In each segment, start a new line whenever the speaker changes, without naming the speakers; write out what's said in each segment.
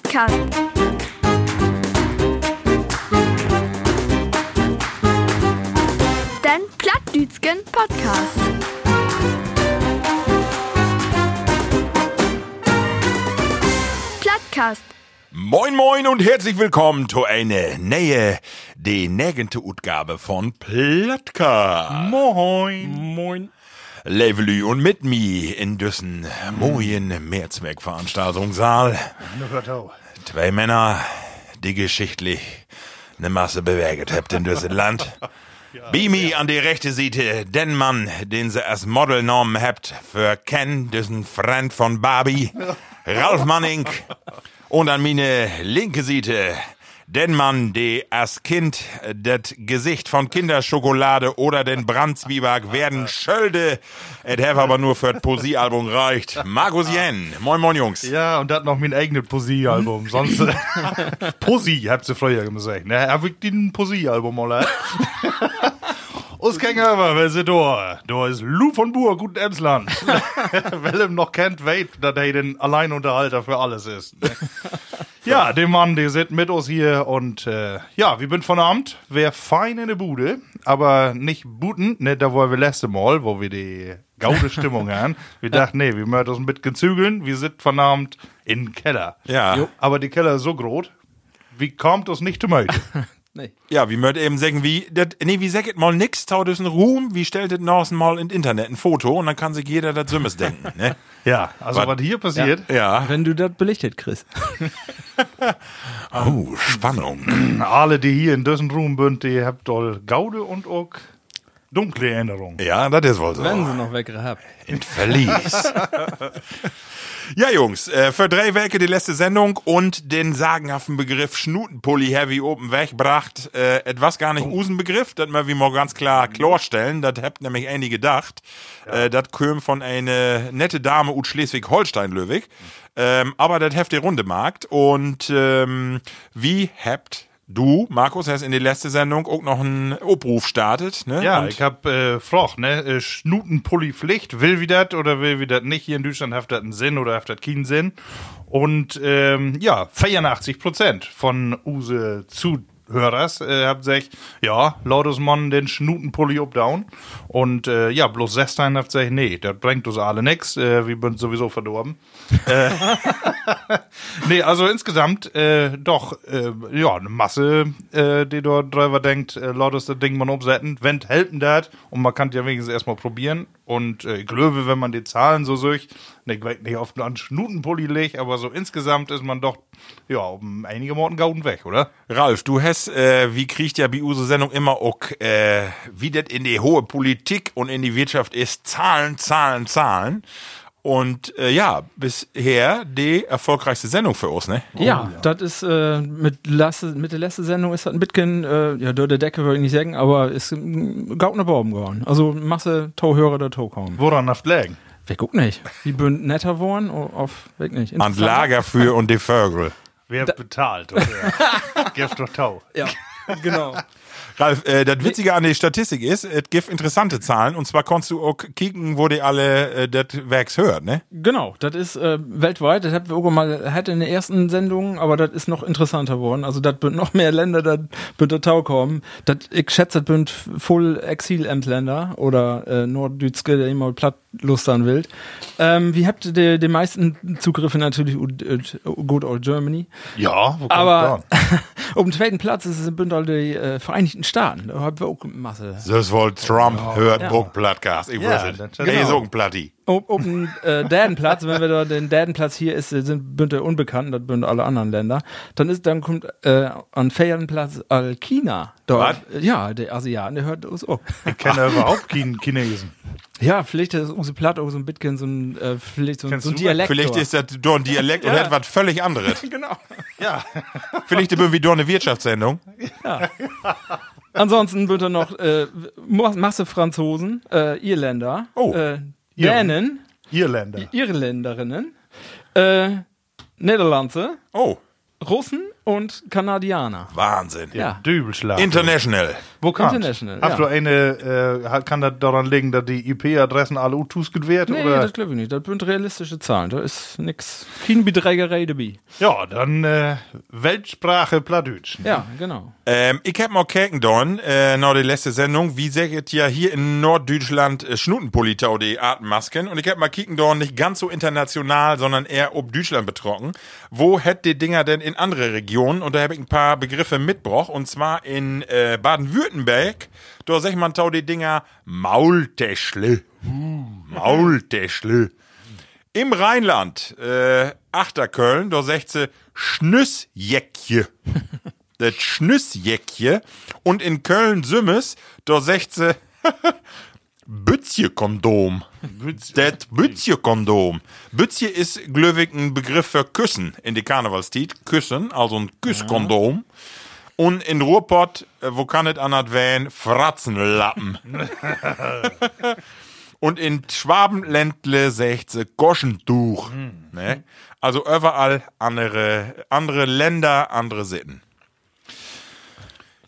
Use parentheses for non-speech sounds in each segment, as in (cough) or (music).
Plattcast. Dein Plattdütschen Podcast. Plattcast.
Moin moin und herzlich willkommen zu einer neue, die nägente Utgabe von Platka. Moin.
Moin.
Levelü und mit mir in Düssen moin Mehrzweckveranstaltungssaal. Zwei Männer, die geschichtlich eine Masse bewegt habt in Düsseldland. Bimi an die rechte Seite, den Mann, den sie als Model genommen habt für Ken, diesen Freund von Barbie, Ralf Manning. Und an meine linke Seite, den Mann, der als Kind das Gesicht von Kinderschokolade oder den Brandzwieback werden schölde, et have aber nur für das Poesie-Album reicht. Markus Jen, moin moin Jungs.
Ja, und das noch mein eigenes Poesie-Album. Sonst. Poesie, habt ihr früher gesagt. Ne, hab ich den Poesie-Album, oder? Us kein Gerber, wer sie da? Da ist Lou von Buhr, guten Emsland. (laughs) wer ihn noch kennt, weit, dass er den Alleinunterhalter für alles ist. ne? (laughs) ja, dem Mann, der sitzt mit uns hier und äh, ja, wir sind von Abend. Wer fein in der Bude, aber nicht buten, ne, da wollen wir letzte Mal, wo wir die gaude Stimmung haben. Wir dachten, nee, wir möchten uns ein bisschen zügeln, wir sind von Abend in den Keller.
Ja. Jo.
Aber der Keller ist so groß, wie kommt uns nicht zu mögen.
Nee.
Ja, wie möcht eben sagen, wie, dat, nee, wie sagt mal nix, taut es Ruhm, wie stellt das noch mal in Internet ein Foto und dann kann sich jeder das Sümmes denken, ne?
Ja, also
Was-
was hier passiert,
Ja.
Wenn du das belichtet, Chris.
Oh, Spannung.
alle, die hier in diesem Room sind, die habt all Gaude und auch dunkle Erinnerungen.
Ja, das ist wohl so.
Wenn sie noch weggehabt.
In Verlies. (laughs) ja, Jungs, äh, für drei Werke die letzte Sendung und den sagenhaften Begriff Schnutenpulli Heavy Open wegbracht. Äh, etwas gar nicht Usenbegriff, das mal wie mal ganz klar klarstellen. Das habt nämlich einige gedacht. Äh, das köm von eine nette Dame ut Schleswig-Holstein-Löwig. Ähm, aber das heft die Runde markt. Und ähm, wie habt du, Markus, hast in die letzte Sendung auch noch einen Obruf startet? Ne?
Ja,
Und-
ich hab äh, Froch, ne? äh, Schnutenpulli-Pflicht. Will wie das oder will wie das nicht? Hier in Deutschland hat das einen Sinn oder hat das keinen Sinn. Und ähm, ja, 84 Prozent von Use Zuhörers äh, habt sich, ja, lautes Mann den Schnutenpulli updown. Und äh, ja, bloß Sestein habt sich, nee, das bringt uns alle nix. Äh, wir sind sowieso verdorben. Nee, also insgesamt äh, doch, äh, ja, eine Masse, äh, die dort drüber denkt, äh, Leute, das Ding man umsetzen, wenn es helfen dat und man kann es ja wenigstens erstmal probieren und äh, ich glaube, wenn man die Zahlen so sucht, ne, ich weiß nicht auf einen Schnutenpulli legt, aber so insgesamt ist man doch, ja, um einige Morten gauden weg, oder?
Ralf, du hast, äh, wie kriegt ja bei unserer Sendung immer auch, äh, wie das in die hohe Politik und in die Wirtschaft ist, Zahlen, Zahlen, Zahlen. Und äh, ja, bisher die erfolgreichste Sendung für uns, ne?
ja, das ist äh, mit, Lasse, mit der letzten Sendung ist das ein bisschen, äh, ja, der Decke würde ich nicht sagen, aber ist mm, gaut ne Baum geworden. Also Masse Tauhörer der Taukaum.
Woran haft lägen?
Wer guckt nicht? Die bünd netter worden o- auf, weg nicht.
An Lager für und die Vögel.
Wer
(laughs)
bezahlt? oder? Gift doch Tau.
Ja, genau.
Ralf, äh, das Witzige an der Statistik ist, es gibt interessante Zahlen und zwar konntest du auch kicken, wo die alle äh, das Werks hört, ne?
Genau, das ist äh, weltweit, das hatten wir auch mal hatte in der ersten Sendung, aber das ist noch interessanter geworden. Also das sind noch mehr Länder, das wird der Tau kommen. Das, ich schätze, das sind voll Exil-Emtländer oder äh, Norddütske, der immer platt lustern will. Ähm, wie habt ihr die, die meisten Zugriffe natürlich ut- ut- Good Old Germany?
Ja, wo kommt
Aber
das?
(laughs) um den zweiten Platz ist es in Bündel die äh, Vereinigten Staaten. Da haben wir auch Masse.
Das wollt Trump hört ja. Podcast. Ich
Ja,
weiß es.
das-
Ey,
genau.
so ein Platti.
Um, um den äh, Dadenplatz, wenn wir da den Dadenplatz hier ist, äh, sind Bünde unbekannt, das sind alle anderen Länder. Dann ist, dann kommt äh, an Ferienplatz all China dort. äh, Ja, der Asiaten, der hört uns auch.
Ich kenne überhaupt keinen Chinesen.
Ja, vielleicht ist unsere Platte auch so ein bisschen so ein, äh, vielleicht so, ein-
Kennst
so ein
du-
Dialekt.
Vielleicht ist das doch ein Dialekt und
Ja.
hat was völlig anderes.
(laughs) genau.
Ja.
Vielleicht irgendwie doch eine Wirtschaftssendung.
Ansonsten wird da noch äh, Mo- Masse Franzosen, äh, Irländer,
Oh.
äh,
Irren.
Dänen,
Irländer.
Irländerinnen, äh, Niederlande,
Oh.
Russen und Kanadianer.
Wahnsinn.
Ja.
Dübelschlag.
International.
Bekannt.
International,
Habt
ja.
du eine, äh, hat- kann das daran liegen, dass die IP-Adressen alle utusket werden?
Nee,
oder?
das glaube ich nicht. Das sind realistische Zahlen. Da ist nix. Kein Bedrägerei dabei.
Ja, dann äh, Weltsprache Plattdeutsch.
Ja, genau.
Ähm, ich hab mal Kerkendorn, äh, na die letzte Sendung, wie sagt ja hier in Norddeutschland äh, Schnutenpolitau die Atemmasken und ich hab mal Kickendorn nicht ganz so international, sondern eher ob Deutschland betroffen. Wo hätt die Dinger denn in andere Regionen? Und da hab ich ein paar Begriffe mitbroch und zwar in äh, Baden-Württemberg, da sagt man tau die Dinger Maultäschle. Hm, Maultäschle. Im Rheinland, äh, Achterköln, da sagt sie Schnüssjäckje das Schnüssjäckje. Und in Köln-Sümmes, da äh, sagt sie, Bützje-Kondom. Das Bützje-Kondom. Bützje ist, glöwig ein Begriff für Küssen in die Karnevalstiet. Küssen, also ein Küsskondom. Und in Ruhrpott, äh, wo kann es anders wählen?
(laughs)
Fratzenlappen. Und in Schwabenländle 16 Goschentuch.
Hm.
Ne? Also überall andere, andere Länder, andere Sitten.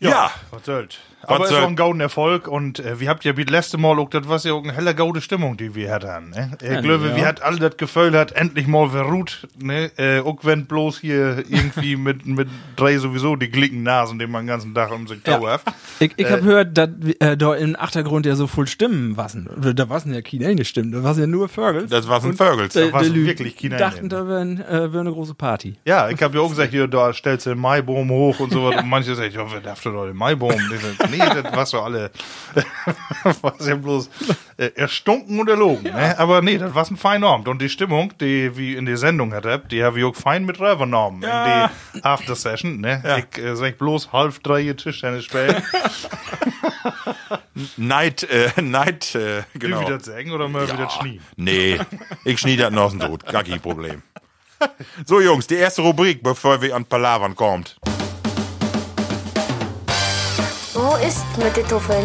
ja.
Was soll's. Aber es
soll-
war ein gauden Erfolg und äh, wir habt ja wie das letzte Mal auch, das war ja auch eine helle gaude Stimmung, die wir hatten. Ne? Ich glaube,
ja.
wir hat alle das Gefühl, hat endlich mal verruht, ne? äh, auch wenn bloß hier irgendwie mit, mit drei sowieso die glicken Nasen, die man den ganzen Tag um sich
Ja.
Tau haft.
Ich, ich habe gehört, dass äh, da im Achtergrund ja so voll Stimmen waren. Da waren ja keine Stimmen, da waren ja nur Vögel.
Das war's ein Vögels.
Da
waren wirklich keine
dachten, da wäre äh, wär eine große Party.
Ja, ich habe ja auch gesagt, hier, da stellst du den Maibaum hoch und so was. Und manche sagen, ja, wer darf denn da den Maibaum? Ich sag, nee, das warst du alle. (laughs) was ja bloß äh, erstunken und erlogen. Ne? Aber nee, das war ein feiner Abend. Und die Stimmung, die wie in die Sendung hatte, die habe ich auch fein mit rübergenommen
Ja.
in die After-Session. Ne?
Ja.
Ich äh, sag bloß halb drei hier Tischtennis spielen.
Neid, äh, (laughs) Neid, äh,
Genau.
(laughs) genau.
Wie wieder sagen oder mal wieder schnie.
Ah, Nee, ich schnie das noch tot. Gar kein Problem. So, Jungs, die erste Rubrik, bevor wir an Palavern kommt.
Wo ist mit den Tuffeln?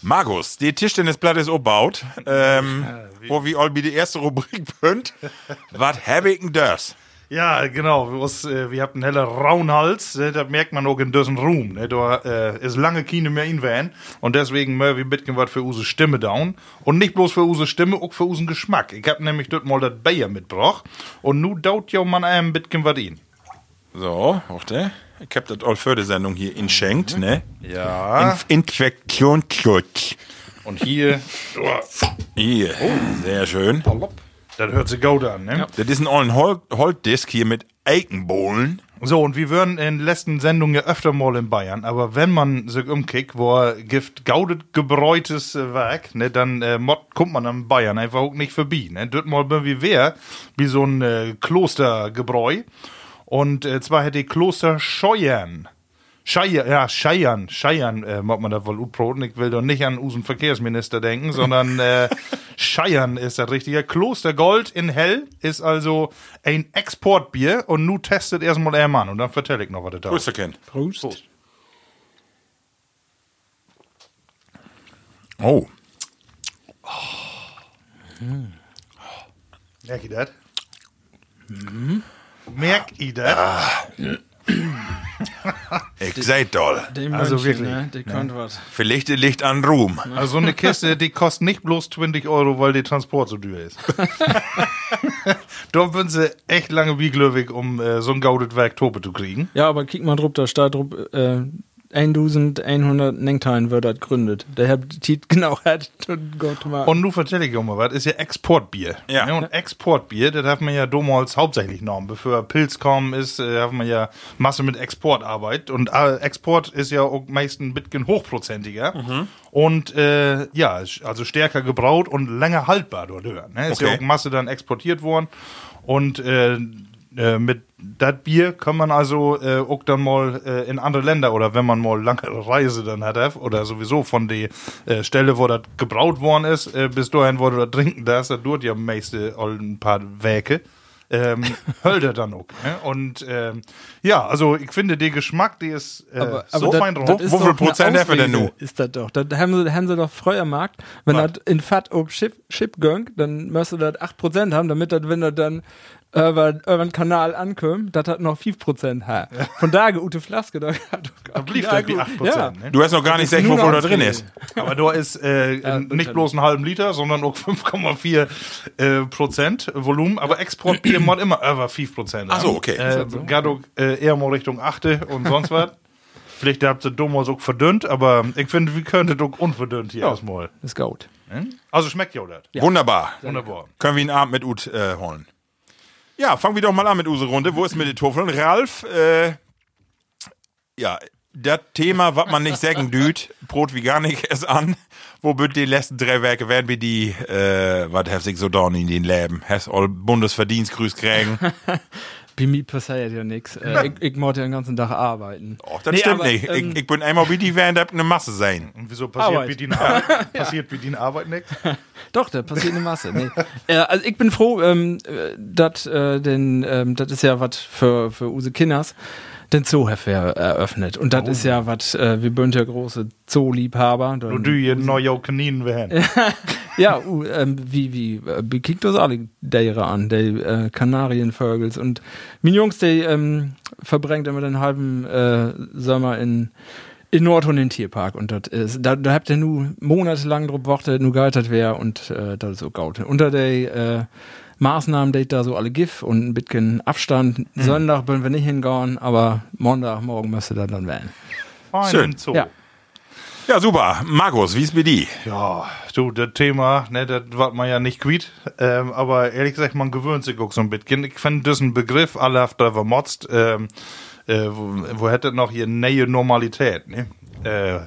Markus, die Tischtennisplatte ist umbaut, ähm, wo wir all die erste Rubrik bünd. Was hab ich denn das?
Ja, genau. Wir, was, äh, wir haben einen heller rauen Hals. Äh, das merkt man auch in diesem Ruhm. Ne? Da äh, ist lange keine mehr in Van. Und deswegen Murphy Bitkin was für unsere Stimme down. Und nicht bloß für unsere Stimme, auch für unseren Geschmack. Ich hab nämlich dort mal das Bayer mitgebracht. Und nu daut ja man ähm, einem Bitkin was in.
So, warte. Ich hab das all für die Sendung hier inschenkt, ne?
Ja.
Infektionsschutz.
Und (laughs) hier. Oh,
Hier, sehr schön.
das hört sich gut an, ne?
Das ist ein ollen Hol- Holzdisk hier mit Eikenbohlen.
So, und wir würden in den letzten Sendungen ja öfter mal in Bayern, aber wenn man sich umkickt, wo er Gift gaudet gebräutes äh, Werk, ne, dann äh, mott, kommt man an Bayern einfach auch nicht vorbei. Ne? Dort mal wie wer, wie so ein äh, Klostergebräu. Und äh, zwar hätte ich Kloster Scheuern. Scheier, ja, Scheiern, Scheiern, äh, mag man da wohl utproten. Ich will doch nicht an unseren Verkehrsminister denken, sondern äh, Scheiern ist das richtige. Klostergold in Hell ist also ein Exportbier und nu testet erstmal der Mann und dann vertelle ich noch was da.
Grüße, Ken.
Prost.
Oh.
Merk ihr das? Mhm. Merk ihr das?
Ich seid doll.
Dem
Also
Mönchen,
wirklich,
Ne? Der kann was.
Vielleicht liegt an Ruhm.
Also so eine Kiste, die kostet nicht bloß 20 Euro, weil der Transport so teuer ist. (laughs) da würden sie echt lange wie glücklich, um äh, so ein gaudet Werk Tope zu kriegen.
Ja, aber kick mal drup, da steht drup, äh, 1100 Nengtein wird das gründet. Der hat Tiet genau hat. Gott mal.
Und nun vertelle ich auch mal was, ist ja Exportbier.
Ja.
Ne, Und Exportbier, das hat man ja damals hauptsächlich genommen. Bevor Pilz kommen ist, äh, hat man ja Masse mit Exportarbeit. Und äh, Export ist ja auch meistens ein bisschen hochprozentiger.
Mhm.
Und äh, ja, ist also stärker gebraut und länger haltbar dort höher. Ne? Ist
Okay.
ja auch Masse dann exportiert worden. Und äh, äh, mit das Bier kann man also äh, auch dann mal äh, in andere Länder oder wenn man mal lange (laughs) Reise dann hat äh, oder sowieso von der äh, Stelle, wo das gebraut worden ist, äh, bis dahin, wo du das trinken darfst, das dauert ja meiste all ein paar Wäke. ähm, Hölder dann auch. Ne? Und ähm, ja, also ich finde, der Geschmack, der ist äh, so fein drauf.
ist- Wo viel Prozent
haben
haben wir denn nu?
Ist das doch. Das haben sie, haben sie doch früher Markt. Wenn
Was?
das in Fat ob Chip, Chip gönnt, dann müsst ihr das 8% haben, damit das, wenn das dann über über den Kanal ankommt, das hat noch 5% hat. Von daher, Ute Flaske, da hat
Da blieb dann die 8%.
Ja.
Ne?
Du hast noch gar nicht gesagt,
nur
wovon
noch
da drin
Ausrede.
ist.
Aber da ist äh, nicht
bitte.
bloß einen halben Liter, sondern auch (laughs) 5,4 äh, Prozent Volumen. Aber Exportbier macht immer über 5 Prozent.
Ach so, okay. Ist
Äh, Gado äh, eher mal Richtung 8 und
(laughs)
sonst was. Vielleicht habt ihr Domo so verdünnt, aber ich finde, wir könnten doch unverdünnt hier erstmal.
Ist gut.
Also schmeckt ja das.
Ja.
Wunderbar.
Wunderbar.
Können wir ihn Abend mit Ut äh, holen. Ja, fangen wir doch mal an mit unserer Runde. Wo ist mit den Toffeln? Ralf, äh, ja, das Thema, was man nicht sagen düht, Brot wie gar nicht, ist an. Wo wird die letzten drei Werke, werden wir die, äh, was heftig so down in den Leben? Hast all Bundesverdienstgrüß
(laughs)
kriegen?
Bei mir passiert ja nichts.
(laughs)
Äh, ich, ich muss ja den ganzen Tag arbeiten.
Och, Oh, das
Nee,
stimmt
aber,
nicht.
ähm,
ich, ich bin einmal wie die Van, da eine Masse sein.
Und wieso passiert
Arbeit.
mit
(laughs)
den Arbeit, passiert mit den Arbeit nichts?
Doch, da passiert eine Masse. Nee. (laughs) äh, also ich bin froh, ähm, dass äh, denn ähm, das ist ja was für für use Kinders den Zoo herfair eröffnet und das ist ja was äh, wir sind ja große Zooliebhaber. Dann-
Und du hier neue Knien werden.
Hm. ja, uh, ähm, wie wie äh, wie kickt das alle Dere an, der äh, Kanarienvögels und mein Jungs, der ähm, verbringt immer den halben äh, Sommer in in Nordhorn den Tierpark und das ist, da, da habt ihr nu monatelang drauf gewartet, nu galt das wär und äh, das ist so gaut. Unter der äh, Maßnahmen, die da so alle gif und ein bisschen Abstand. Sonntag würden wir nicht hingauen, aber Montag, morgen müsste das dann werden.
Fein
Schön.
und so.
Ja.
Ja, super. Markus, wie ist mit die?
Ja, du, das Thema, ne, das war man ja nicht quiet. Ähm, aber ehrlich gesagt, man gewöhnt sich auch so ein bisschen. Ich finde diesen Begriff, alle habt da vermotzt, ähm, äh, wo, wo hättet noch hier neue Normalität, ne? Äh,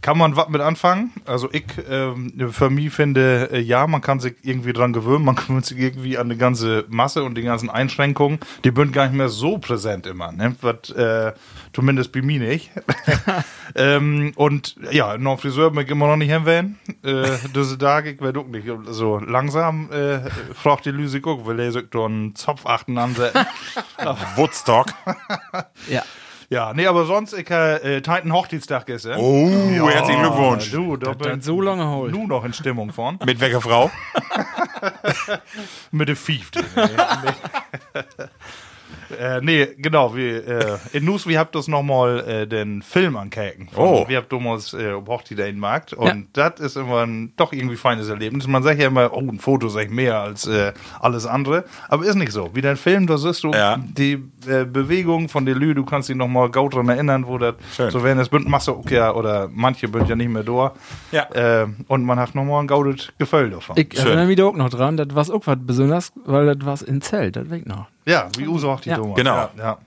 kann man was mit anfangen? Also ich ähm, für mich finde, äh, ja, man kann sich irgendwie dran gewöhnen, man (laughs) gewöhnt sich irgendwie an die ganze Masse und die ganzen Einschränkungen. Die sind gar nicht mehr so präsent immer, ne? Was, äh, zumindest bei mir nicht. ähm, und ja, noch Friseur mag ich immer noch nicht hinwählen.
(laughs)
Äh, diese Tage, ich werde auch nicht. So langsam äh, fragt die Lüse, guck, will er sich doch einen Zopf achten
(laughs)
ansetzen.
(laughs)
Woodstock.
Ja.
ja, nee, aber sonst, ich habe äh, Titan Hochzeitstag gestern.
Oh, herzlichen Glückwunsch.
Du, da bin
hat so lange geholt.
Nur noch in Stimmung von.
Mit welcher Frau?
Mit dem (laughs) Fief. Äh, nee, genau, wir, äh, in News, wir habt das nochmal äh, den Film ankäken.
Oh.
Wir habt damals äh, um Hochzeit in den Markt und das ist immer ein doch irgendwie feines Erlebnis. Man sagt ja immer, oh, ein Foto sagt mehr als äh, alles andere, aber ist nicht so. Wie dein Film, da siehst du
Ja.
die äh, Bewegung von der Lü, du kannst dich nochmal gaut dran erinnern, wo das
Schön.
so werden. Es bünd Masse, okay, ja, oder manche bünd ja nicht mehr da.
Ja.
Äh, und man hat nochmal ein gaudet Gefühl davon.
Ich
Schön.
erinnere mich da auch noch dran, das war auch was Besonderes, weil das war in Zelt, das weg noch.
Ja, wie Uso auch die
Ja.
Thomas.
Genau.
Ja, ja.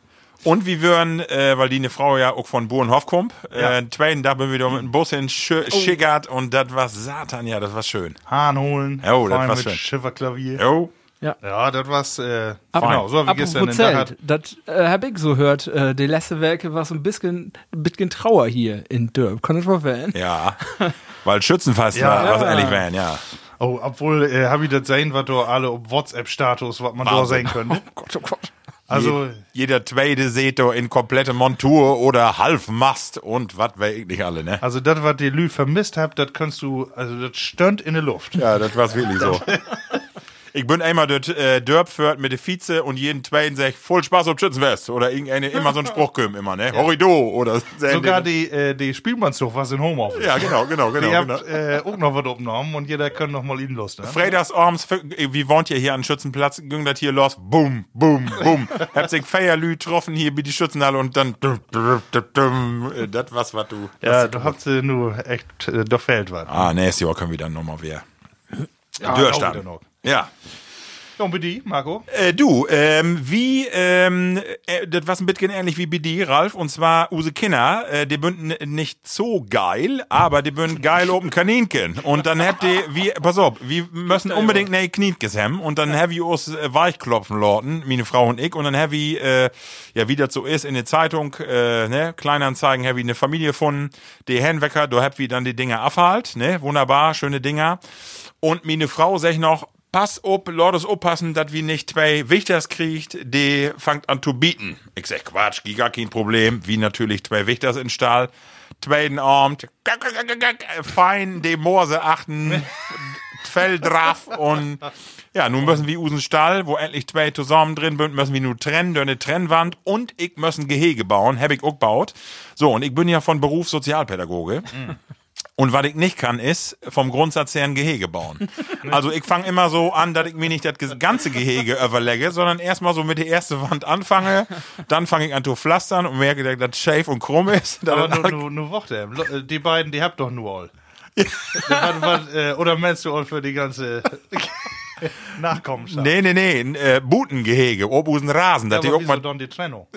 Und wir würden, äh, weil die eine Frau ja auch von Burenhof kommt, äh,
Ja. Oh.
zweiten Tag bin wieder mit dem Bus in Sch Schickert und das war Satan, ja, das war schön.
Hahn holen.
Jo, oh, das
fein
war's
mit
schön.
Schifferklavier.
Jo.
Ja, das war's. Äh, genau, so wie
Apropos
gestern in der
Zelt,
Hat.
das äh, hab ich so gehört, äh, die letzte Werke war so ein bisschen, ein bisschen Trauer hier in Dörp. Kann das mal werden?
(laughs)
Ja. weil Schützenfest
Ja.
war, was ehrlich wären, ja.
Oh, obwohl, äh, hab ich das sehen, was da alle auf WhatsApp-Status, was man da
Wahnsinn. (laughs)
sehen könnte.
Gott, oh Gott.
Also,
Je- Jeder zweite seht ihr in komplette Montur oder Halbmast und was weiß ich nicht alle, ne?
also das, was die Lü vermisst habt, das kannst du, also das stönt in der Luft.
Ja, das war's wirklich
(laughs)
so. Ich bin einmal dort äh, Dörp führt mit der Vize und jeden zweiten sag ich, voll Spaß auf Schützenfest. Oder irgendeine, immer so ein Spruch kommt immer, ne? Horrido oder so.
Sogar die, äh, die Spielmannszucht was in Homeoffice.
Ja, genau, genau, genau.
die habt
genau.
äh, auch noch was aufgenommen und jeder kann noch mal ihn los. Ne?
Freitags abends, wie wohnt ihr hier an Schützenplatz? Ging das hier los? Boom, boom, (laughs) boom. Habt sich Feierlü getroffen hier bei die Schützenhalle und dann. dum, dum, dum, dum. Äh, Das was, was du.
Ja, da habt ihr nur echt, äh, da fehlt was.
Ah, nächstes Jahr können wir dann nochmal wieder.
Ja, auch wieder
Dürrstand. Ja.
noch. Ja, und bei dir, Marco?
Äh, du, ähm, wie, ähm, äh, das was ein bisschen ähnlich wie bei dir, Ralf, und zwar Use Kinder, äh, die bünden nicht so geil, aber die bünden geil oben Kaninchen. Und dann habt ihr, wie, pass auf, wir müssen unbedingt ne Knietkes hemmen und dann hab ich uns äh, weichklopfen lorten, meine Frau und ich, und dann hab ich, äh, ja, wie das so ist, in der Zeitung, äh, ne, Kleinanzeigen, hab ich eine Familie gefunden, die Hennwecker, da hab ich dann die Dinger abhalt, ne, wunderbar, schöne Dinger. Und meine Frau sag ich noch, pass op, Lordes oppassen, dat wir nicht zwei Wichters kriegt, die fangt an zu bieten. Ich sag Quatsch, gi gar kein Problem, wie natürlich zwei Wichters in Stahl. Zweiten Abend, gack, gack, gack, gack, fein, die Morse achten, Fell drauf und ja, nun müssen wir usen Stall, wo endlich zwei zusammen drin sind, müssen wir nun trennen, durch eine Trennwand und ich müssen Gehege bauen, hab ich auch gebaut. So, und ich bin ja von Beruf Sozialpädagoge.
Hm.
Und was ich nicht kann, ist vom Grundsatz her ein Gehege bauen. Also ich fange immer so an, dass ich mir nicht das ges- ganze Gehege überlege, sondern erstmal so mit der ersten Wand anfange. Dann fange ich an zu pflastern und merke, dass das schäf und krumm ist.
Aber
Dann
nur, nur, nur Worte. Lo- äh, Die beiden, die habt doch nur
(laughs)
all. was, was, äh, oder meinst du all für
(laughs)
die ganze Nachkommenschaft?
nee, nee, nee, ein äh, Butengehege, Obusen Rasen, dass
aber
die
wieso
irgendwann...
dann die Trennung?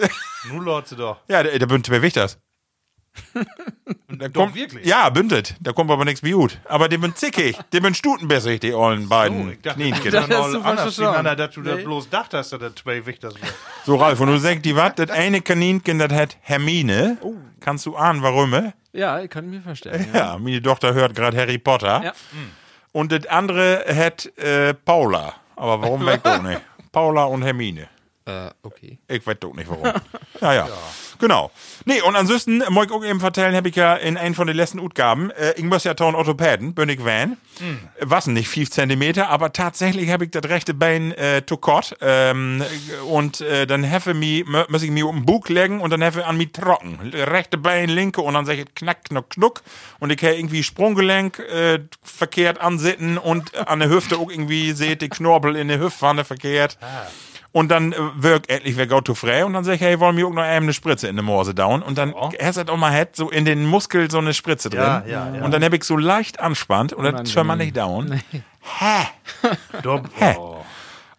Nur Lord sie doch.
Ja, da, da bünd wer
(laughs)
das? Da
Doch,
kommt,
wirklich?
Ja, bündet. Da kommt aber nichts wie gut. Aber die bin zickig. Die bin stutenbissig, die ollen beiden.
Oh, ich dachte,
Knienkinder.
die waren
Das hast
all
du falsch
anders
verstanden.
gegeneinander, dass du das
Nee.
bloß dachtest, dass das zwei Wichters sind.
So, Ralf, und du sagst, die was? Das eine Kaninchen, das hat Hermine.
Oh.
Kannst du ahnen, warum? äh?
Ja, ich kann mir verstellen. Ja.
Ja, meine Tochter hört gerade Harry Potter.
Ja.
Und das andere hat äh, Paula. Aber warum
(laughs)
weg doch nicht? Paula und Hermine.
Äh, okay.
Ich weiß doch nicht warum. ja, ja, Genau. Nee, und ansonsten, äh, moik auch eben vertellen, hab ich ja in einen von den letzten Utgaben, äh, ich muss ja tauen Orthopäden, Bönig Van, äh, was nicht 5 Zentimeter, aber tatsächlich hab ich das rechte Bein äh, to Gott, ähm, äh, und äh, dann heffe mi, mö- muss ich mir um den Bug legen und dann heffe an mi trocken. L- Rechte Bein, linke und dann sag ich knack, knuck, knuck und ich hab irgendwie Sprunggelenk äh, verkehrt ansitten und äh, an der Hüfte auch irgendwie seht die Knorpel in der Hüftwanne verkehrt. Und dann äh, wirkt endlich wer Gauto frei und dann sag ich, hey, wollen wir auch noch einmal eine Spritze in der Morse down? Und dann ja. hast du auch mal hat, so in den Muskel so eine Spritze
Ja,
drin.
ja, ja.
Und dann hab ich so leicht anspannt und das
Unangenehm.
schon mal nicht down. Hä?
Doch, oh.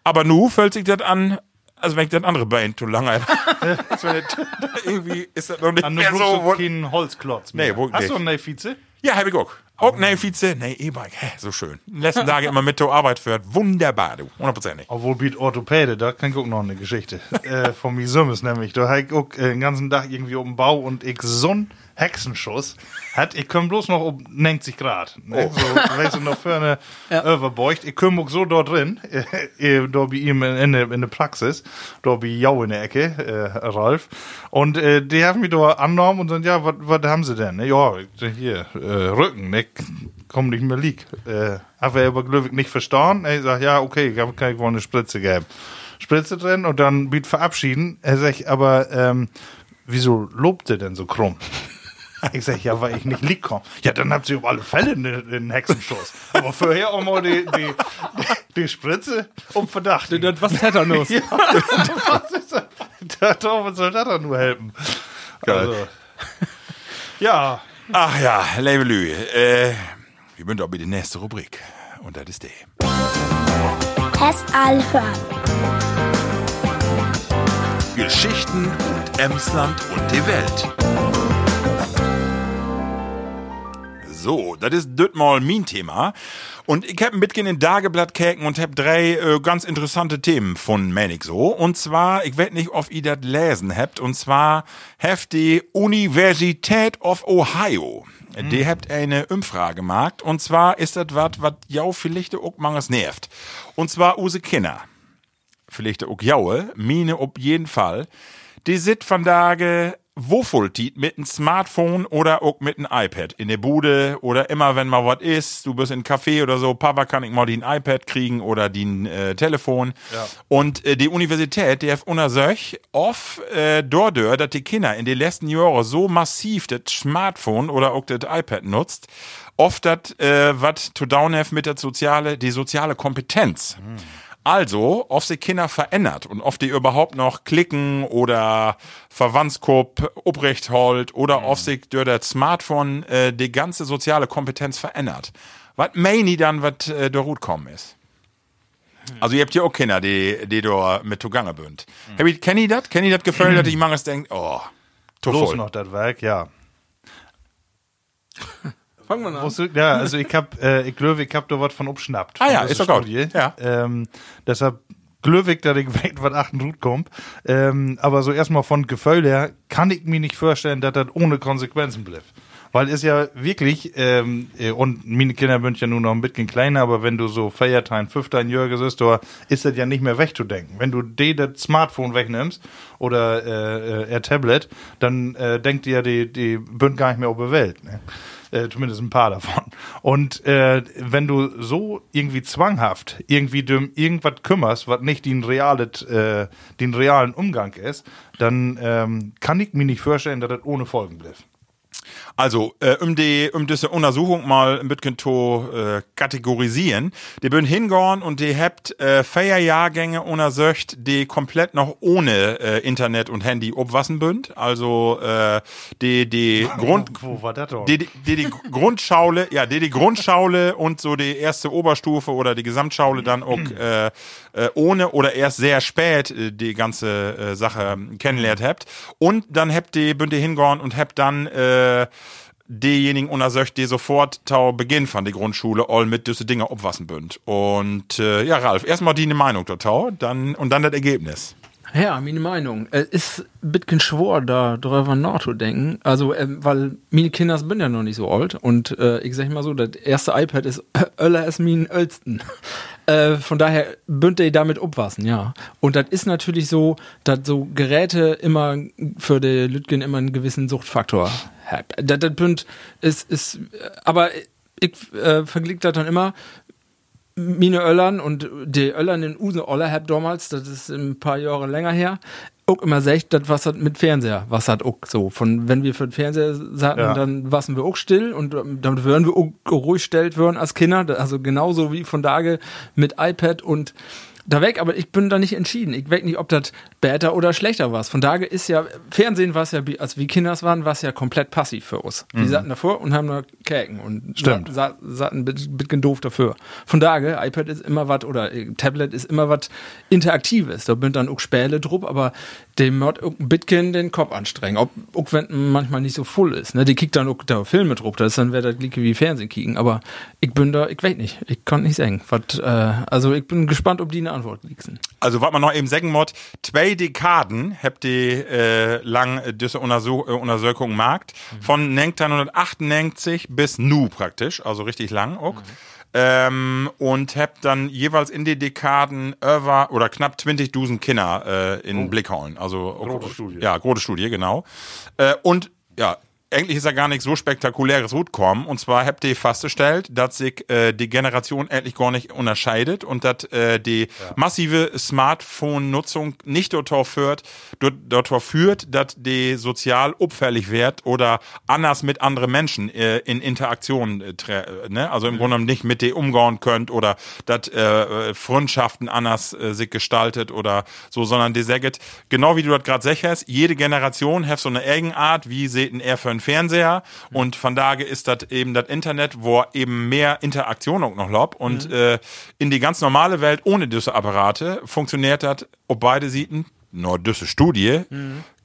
Aber nu fällt sich das an, also wenn ich das andere Bein zu lange hab. Das wär nicht- (laughs) Irgendwie ist das noch nicht
An
mehr
dem
so.
so
wo-
keinen Holzklotz mehr.
Nee, wirklich
Hast du
nicht.
eine Vize?
Ja, hab ich auch. Auch nee, Vize, nee, E-Bike, hä, so schön. Die
(laughs)
letzten Tage immer mit zur Arbeit fährt. Wunderbar, du. Hundertprozentig.
Obwohl Beat Orthopäde, da kann ich auch noch eine Geschichte äh, von mir Summes nämlich. Da hab ich auch äh, den ganzen Tag irgendwie oben Bau und ich so einen Hexenschuss hat. Ich komm bloß noch um 90 Grad. Ne? So, weißt du, noch vorne ja. überbeugt. Ich komm auch so dort drin, (laughs) äh, äh, da bei ihm in, in, der- in der Praxis, da bei Jau in der Ecke, äh, Ralf. Und äh, die haben mich da angenommen und sind, ja, was haben sie denn? Ja, ich sag, hier, äh, Rücken, ne? komm nicht mehr lieg. Äh, hat er aber glücklich nicht verstanden. Er sagt, ja, okay, ich hab- kann ich wohl eine Spritze geben. Spritze drin und dann biet verabschieden. Er sagt, aber ähm, wieso lobt ihr denn so krumm? (laughs) Ich sag, ja, weil ich nicht lieg komm. Ja, dann habt ihr auf alle Fälle einen, einen Hexenschuss. Aber vorher auch mal die, die, (laughs) die Spritze um Verdacht.
Das was Tetanus.
Ja, (laughs) was ist das? Der Torwart soll da dann nur helfen. Also, ja,
Ach ja, liebe Lü, äh, wir sind doch bei der nächsten Rubrik. Und das ist die.
Test Alhör.
Geschichten und Emsland und die Welt. So, das ist Dötmal mein Thema. Und ich hab ein bisschen in Dageblatt käken und hab drei äh, ganz interessante Themen von Manik so. Und zwar, ich werd nicht, ob ihr das lesen habt, und zwar habt die Universität of Ohio. Die habt eine Umfrage gemacht. Und zwar ist das wat, wat jau vielleicht auch manches nervt. Und zwar use Kinder vielleicht auch jaue, mine ob jeden Fall, die eh, sit von Tage wofultit mit einem Smartphone oder auch mit einem iPad in der Bude oder immer wenn mal was ist, du bist in einem Café oder so, Papa kann ich mal den iPad kriegen oder den äh, Telefon. Und äh, die Universität, die hat untersöch off äh, dordör, dass die Kinder in den letzten Jahren so massiv das Smartphone oder auch das iPad nutzt, oft das, äh, was to down have mit der soziale, die soziale Kompetenz. Also, ob sie Kinder verändert und ob die überhaupt noch klicken oder Verwandtskup, Obrecht holt oder ob sie durch das Smartphone äh, die ganze soziale Kompetenz verändert. Was meini dann, was äh, der Rut kommen ist? Also, ihr habt ja auch Kinder, die, die da mit zugange bünd. Mhm. Kenn ich das? Kenn ich das Gefühl, dass ich manches denkt, oh, to
bloß
voll.
noch das Werk, ja.
Fangen wir an.
Wusste- Ja, also ich hab, äh, ich glaube, ich hab da was von abschnappt.
Ah
von
ja,
dieser
ist doch gut.
Studie.
Ja.
Ähm, deshalb glücklich, dass ich (laughs) weiß, was achten Rut kommt. Ähm, aber so erstmal von Gefühl her kann ich mir nicht vorstellen, dass das ohne Konsequenzen bleibt. Weil es ja wirklich, ähm, äh, und meine Kinder sind ja nur noch ein bisschen kleiner, aber wenn du so Feiertime, 15 Jahre ist, oder ist das ja nicht mehr wegzudenken. Wenn du dir das Smartphone wegnimmst oder äh, äh, ihr Tablet, dann äh, denkt ihr, die, die bünd gar nicht mehr auf die Welt. Ne? Äh, zumindest ein paar davon. Und äh, wenn du so irgendwie zwanghaft irgendwie um irgendwas kümmerst, was nicht den, realet, äh, den realen Umgang ist, dann ähm, kann ich mir nicht vorstellen, dass das ohne Folgen bleibt.
Also, äh, um die, um diese Untersuchung mal ein bisschen zu äh, kategorisieren, die bin hingegangen und die habt äh, Feierjahrgänge untersucht, die komplett noch ohne äh, Internet und Handy obwassen bünd. Also, äh, die, die Grund,
Wo war das doch?
die, die, die, die Grundschaule, ja, die, die Grundschaule und so die erste Oberstufe oder die Gesamtschaule dann auch äh, äh, ohne oder erst sehr spät äh, die ganze äh, Sache kennenlernt habt. Und dann habt ihr Bünde hingehauen und habt dann äh, diejenigen untersucht, die sofort tau Beginn von der Grundschule all mit diese Dinge obwassen bünd. Und äh, ja, Ralf, erstmal die Meinung dort, tau, dann und dann das Ergebnis.
Ja, meine Meinung. Es ist bitken schwor, da drüber nachzudenken. Also, ähm, weil meine Kinder sind ja noch nicht so alt. Und äh, ich sag mal so, das erste iPad ist (laughs) öller als mein Ölsten. Äh, von daher bünd ihr damit obwassen, ja. Und das ist natürlich so, dass so Geräte immer für die Lütgen immer einen gewissen Suchtfaktor hat. Das, das bünd ist, ist, aber ich äh, verglich das dann immer meine Öllern und die Öllern in Use Oller hab damals, das ist ein paar Jahre länger her, auch immer secht, das was hat mit Fernseher, was hat auch so. Von wenn wir für den Fernseher saßen,
Ja.
dann wassen wir auch still und ähm, damit würden wir auch ruhig stellt würden als Kinder, Da- also genauso wie von Tage mit iPad und da weg, aber ich bin da nicht entschieden. Ich weg nicht, ob das besser oder schlechter war. Von daher ist ja, Fernsehen war es ja, wie- als wir Kinders waren, war es ja komplett passiv für uns. Die saßen davor und haben nur Käken und
Mhm. Stimmt.
sa- satt ein bit- bisschen doof dafür. Von daher, iPad ist immer was oder äh, Tablet ist immer was Interaktives. Da bin dann auch Späle drup, aber dem Mod auch ein bisschen den Kopf anstrengen. Ob, auch wenn man manchmal nicht so voll ist. Ne? Die kickt dann auch da Filme drup, das ist dann wäre das gleiche wie Fernsehen kicken. Aber ich bin da, ich weiß nicht, ich kann nicht sagen. Was, äh, also ich bin gespannt, ob die eine Antwort liegen.
Also was man noch eben sagen muss, zwei Dekaden habt ihr äh, lang äh, diese Untersuch äh, Untersuchung markt.
Mhm.
Von 1998 bis nu praktisch, also richtig lang auch.
Mhm.
Ähm, und habt dann jeweils in die Dekaden über oder knapp 20.000 Kinder äh, in Blick holen. Also
Oh. Große Studie.
Ja, große Studie, genau. Äh, und ja, eigentlich ist ja gar nichts so spektakuläres kommen. Und zwar habt ihr festgestellt, dass sich äh, die Generation endlich gar nicht unterscheidet und dass äh, die massive Smartphone-Nutzung nicht dort führt, dort, dort führt, dass die sozial opferlich wird oder anders mit anderen Menschen äh, in Interaktion, äh, tre- äh, ne? also im Grunde genommen nicht mit dir umgehen könnt oder dass äh, äh, Freundschaften anders äh, sich gestaltet oder so, sondern die sagt, genau wie du das gerade sagst, jede Generation hat so eine Eigenart, wie seht er für einen Fernseher und von daher ist das eben das Internet, wo eben mehr Interaktion auch noch lob und äh, in die ganz normale Welt ohne diese Apparate funktioniert das, ob beide Seiten, nur diese Studie,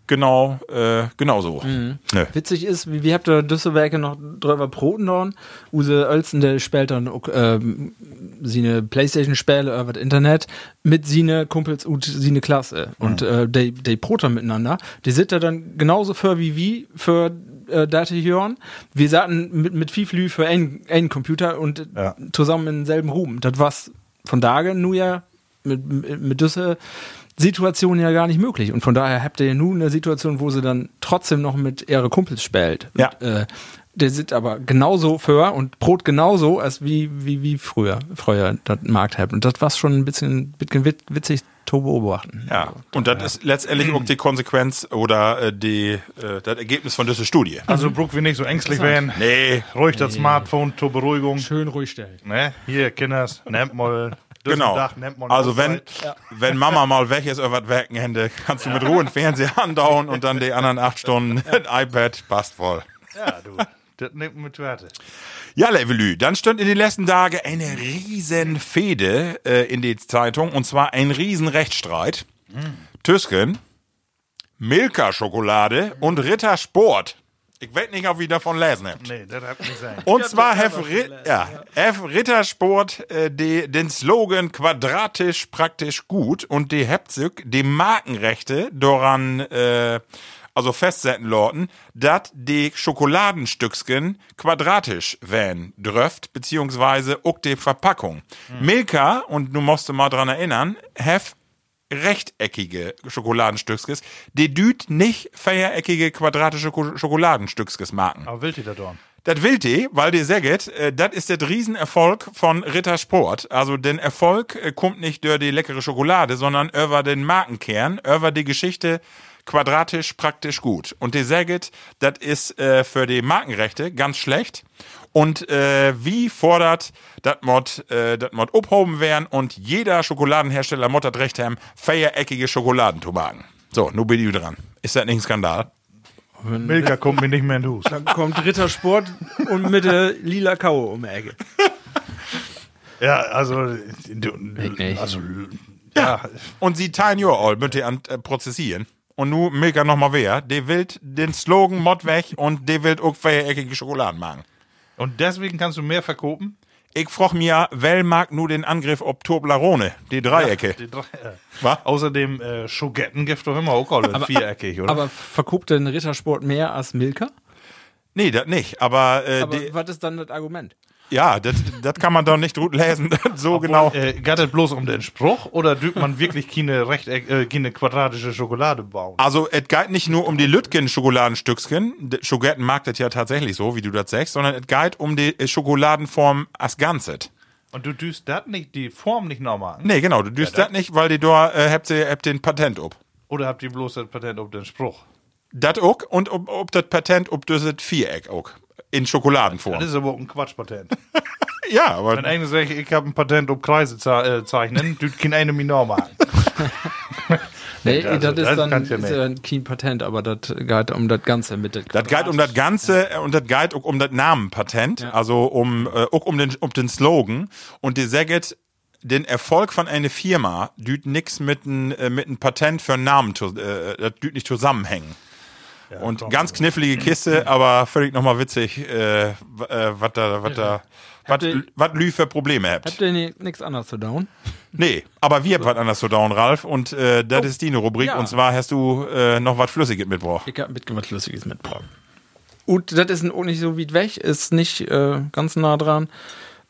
genau, äh, genauso. Nö.
Witzig ist, wie, wie habt ihr Düsselwerke noch drüber broten dorn? Use Oelzen, der spielt dann auch, ähm, sie eine Playstation spielt über das Internet mit sie ne Kumpels und sie ne Klasse. Und äh, die, die Broter miteinander, die sind da dann genauso für wie wie für äh, Date hören. Wir saßen mit, mit viel Flü für einen, einen Computer und
Ja.
zusammen in denselben Ruhm. Das war's von daher nur ja mit, mit, mit dieser Situation ja gar nicht möglich. Und von daher habt ihr nun eine Situation, wo sie dann trotzdem noch mit ihre Kumpels spielt.
Ja.
Und, äh, der sitzt aber genauso für und Brot genauso, als wie, wie, wie früher, früher das Markt hat. Und das war schon ein bisschen, bisschen wit- witzig zu beobachten.
Ja, und das ist letztendlich auch die Konsequenz oder äh, die, äh, das Ergebnis von dieser Studie.
Also, Brooke, wir nicht so ängstlich werden.
Nee,
Ruhig das Smartphone zur Beruhigung.
Schön ruhig stellen.
Ne? Hier, Kinders, nehmt mal. das
genau.
Dach, nehmt mal
also
das
wenn,
Zeit.
wenn Mama mal weg ist, irgendwas wecken Hände, kannst du mit Ruhe einen Fernseher andauen und dann die anderen acht Stunden iPad, passt voll.
Ja, du. Das nimmt mit Werte.
Ja, Levelü, dann stand in den letzten Tagen eine riesen Fehde äh, in die Zeitung und zwar ein riesen Rechtsstreit. Tüsken, Milka-Schokolade und Ritter Sport. Ich werde nicht, ob ich davon lesen hab.
Nee, das hat nicht sein.
Und zwar F. Ri- ja, F. Rittersport äh, die, den Slogan quadratisch praktisch gut und die Hepzig die Markenrechte daran äh, also festsetten Lorten, dat de Schokoladenstückchen quadratisch wären dröft, beziehungsweise uck de Verpackung. Milka, und du musst du mal dran erinnern, hef rechteckige Schokoladenstückskes, die düt nicht feiereckige quadratische Ko- Schokoladenstückskes marken.
Aber wild die da dorn.
Das will die, weil die säget, äh, das ist der Riesenerfolg von Rittersport. Also den Erfolg äh, kommt nicht durch die leckere Schokolade, sondern über den Markenkern, über die Geschichte quadratisch praktisch gut. Und die säget, das ist äh, für die Markenrechte ganz schlecht. Und äh, wie fordert das Mod, äh, das Mod obhoben werden und jeder Schokoladenhersteller Mod hat Recht haben, feiereckige Schokoladentomaten. So, nun bin ich dran. Ist das nicht ein Skandal?
Milka kommt mir nicht mehr in den Hus.
Dann kommt Rittersport und mit der lila Kaue um die Ecke.
Ja, also. Du,
nicht.
also ja,
Und sie teilen your all, mit ihr an äh, prozessieren. Und nu Milka nochmal wer, die will den Slogan Mod weg und die will auch feiereckige Schokoladen machen.
und deswegen kannst du mehr verkopen?
Ich froch mir, wel mag nu den Angriff ob Toblerone, die Dreiecke.
Die drei, äh.
wa?
Außerdem, äh, Schogettengift doch immer auch alle viereckig, oder?
Aber verkauft denn Rittersport mehr als Milka?
nee, das nicht. Aber, äh,
Aber
die,
was ist dann das Argument?
ja, das das kann man doch nicht gut lesen. (laughs) so genau.
Äh, geht es bloß um den Spruch oder dürft man wirklich keine, Rechteck, äh, keine quadratische Schokolade bauen?
Also, es geht nicht nur um die Lütgen-Schokoladenstückchen. Schogetten mag das ja tatsächlich so, wie du das sagst, sondern es geht um die äh, Schokoladenform als Ganzes.
Und du düst das nicht, die Form nicht normal an?
Nee, genau, du düst das nicht, weil die da äh, habt, ihr- habt den Patent ob.
Oder habt ihr bloß das Patent auf den Spruch?
Das auch und ob, ob das Patent, ob das Viereck auch. In Schokoladenform.
Das ist aber auch ein Quatschpatent.
ja, aber
Also, Wenn einer sagt, ich habe ein Patent auf Kreise ze- äh, zeichnen, düst kein eine mir normal an.
Nee,
also
das ist
das
dann
kannst
ist
du ja nicht.
ja ein kein Patent, aber das geht um das Ganze mit
das geht um das Ganze äh, und das geht auch um das Namenpatent, also um, äh, auch um den, um den Slogan. Und die sagt, den Erfolg von einer Firma düt nix mit einem äh, mit ein Patent für einen Namen, zu- äh, das düt nicht zusammenhängen. und ganz knifflige Kiste, aber völlig nochmal witzig, äh, w- äh, was da, was da,
ihr-
was Lü für Probleme habt.
Habt ihr ni- nichts anderes zu down?
Nee, aber wir haben was anders zu down, Ralf. Und äh, das ist die Rubrik.
ja.
Und zwar hast du äh, noch was Flüssiges mitgebracht.
Ich hab mitgemacht, lustiges mitbracht. Und das ist auch nicht so weit weg, ist nicht äh, ganz nah dran.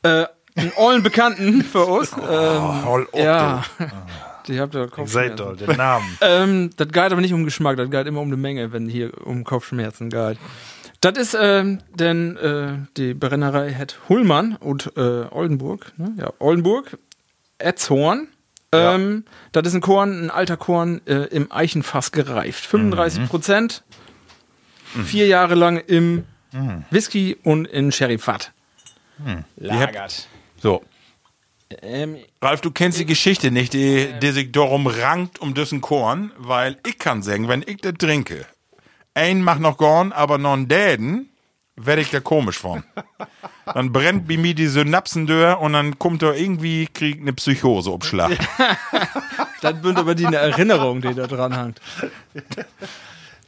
Äh, einen ollen Bekannten für (laughs) uns. Ähm,
hol ob,
ja. Die habt oh. ihr Kopfschmerzen.
Seid doch, den Namen.
Ähm, das geht aber nicht um Geschmack, das geht immer um eine Menge, wenn hier um Kopfschmerzen geht. Das ist, ähm, denn äh, die Brennerei hat Hullmann und äh, Oldenburg, ne? ja, Oldenburg, Etzhorn. Ähm, Das ist ein Korn, ein alter Korn äh, im Eichenfass gereift. 35 Prozent, vier Jahre lang im Whisky und in Sherryfat. Lagert.
So.
Ähm,
Ralf, du kennst die Geschichte nicht, die, die sich darum rankt um dessen Korn, weil ich kann sagen, wenn ich das trinke, ein macht noch Gorn, aber non Däden, werde ich da komisch von. Dann brennt bei mir die Synapsen durch und dann kommt da irgendwie, krieg eine Psychose obschlag.
das bünd aber die eine Erinnerung, die da dran hängt.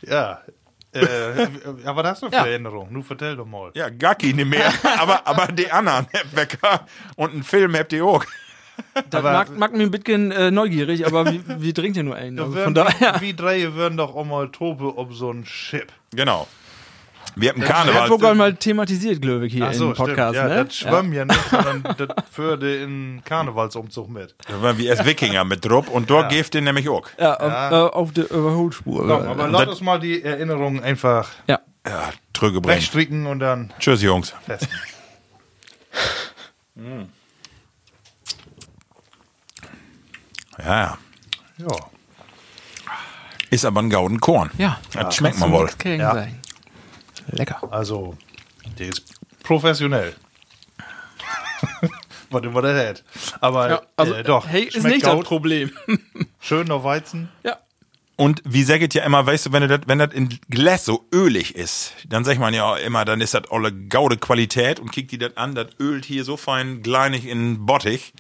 Ja.
(laughs)
Äh, aber das ist eine
Ja.
Veränderung. Nun vertell doch mal.
Ja, gar keine mehr. aber, aber die anderen, Herr Becker, und einen Film habt ihr auch.
Das
Aber-
mag, mag mir ein bisschen äh, neugierig, aber wie,
(laughs)
wie trinkt ihr nur einen? Also von
Würden-
daher.
Wie drei würden doch auch mal Tope ob so ein Chip.
Genau. Wir haben
(laughs) Wir haben
Karneval.
sogar mal thematisiert, Glöwig, hier
Ach
im Podcast.
Ja,
ne?
das schwimmen ja, nicht, sondern das würde in Karnevalsumzug mit.
Da waren wir erst Wikinger mit Drupp und dort ja. geeft ihr nämlich auch.
ja, auf, Äh, auf der Überholspur.
Komm, aber
Äh,
lass uns mal die Erinnerungen einfach
ja.
Ja, Trüge bringen.
wegstricken und dann
Tschüss, Jungs. (laughs) Hm.
testen.
Ja, ja.
ja.
Ist aber ein gauden Korn.
ja.
Das schmeckt man wohl.
Ja.
Sein. Lecker.
Also, der ist professionell. (laughs) Was immer der hat. Aber äh, doch,
also, Hey, ist
schmeckt
nicht das
gut.
Problem. (laughs)
schön noch Weizen.
ja.
Und wie säget ja immer, weißt du, wenn das wenn das in Glas so ölig ist, dann sagt man ja immer, dann ist das alle gaude Qualität und kickt die das an, das ölt hier so fein kleinig in Bottich.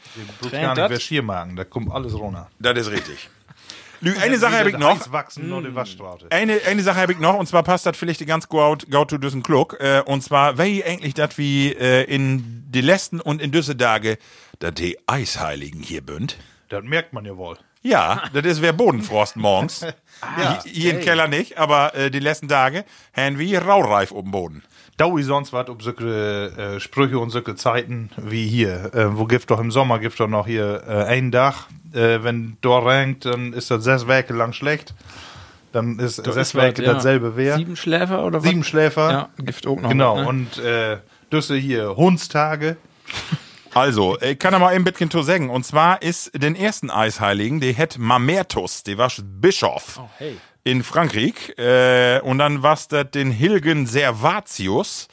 Du gar nicht
das?
wer Schiermagen, da kommt alles runter.
Das ist
(laughs)
richtig. Lü, eine Sache habe ich noch.
Eis wachsen, nur die Waschstraße.
Eine, eine Sache habe ich noch, und zwar passt das vielleicht ganz gut, gut zu Düssen Klug. Äh, und zwar, wäre eigentlich das wie äh, in die letzten und in Düsse Tage, dass die Eisheiligen hier bünd?
Das merkt man ja wohl.
Ja, das ist wer Bodenfrost morgens. ja, Hier im Keller nicht, aber äh, die letzten Tage haben wir raureif um Boden.
Da wie sonst was um solche äh, Sprüche und solche Zeiten wie hier. Äh, wo gibt doch im Sommer, gibt doch noch hier äh, einen Tag. Äh, wenn da rankt, dann ist das sechs Werke lang schlecht. Dann ist sechs Werke dasselbe wer.
Sieben Schläfer oder was?
Sieben Schläfer.
Ja, Gift auch noch.
Genau,
mit, ne?
und äh, Düsse hier Hundstage.
Also, ich kann aber ein bisschen zu sagen. Und zwar ist den ersten Eisheiligen, der het Mamertus, der war Bischof
Oh, hey.
in Frankreich. Äh, und dann war das den Hilgen Servatius.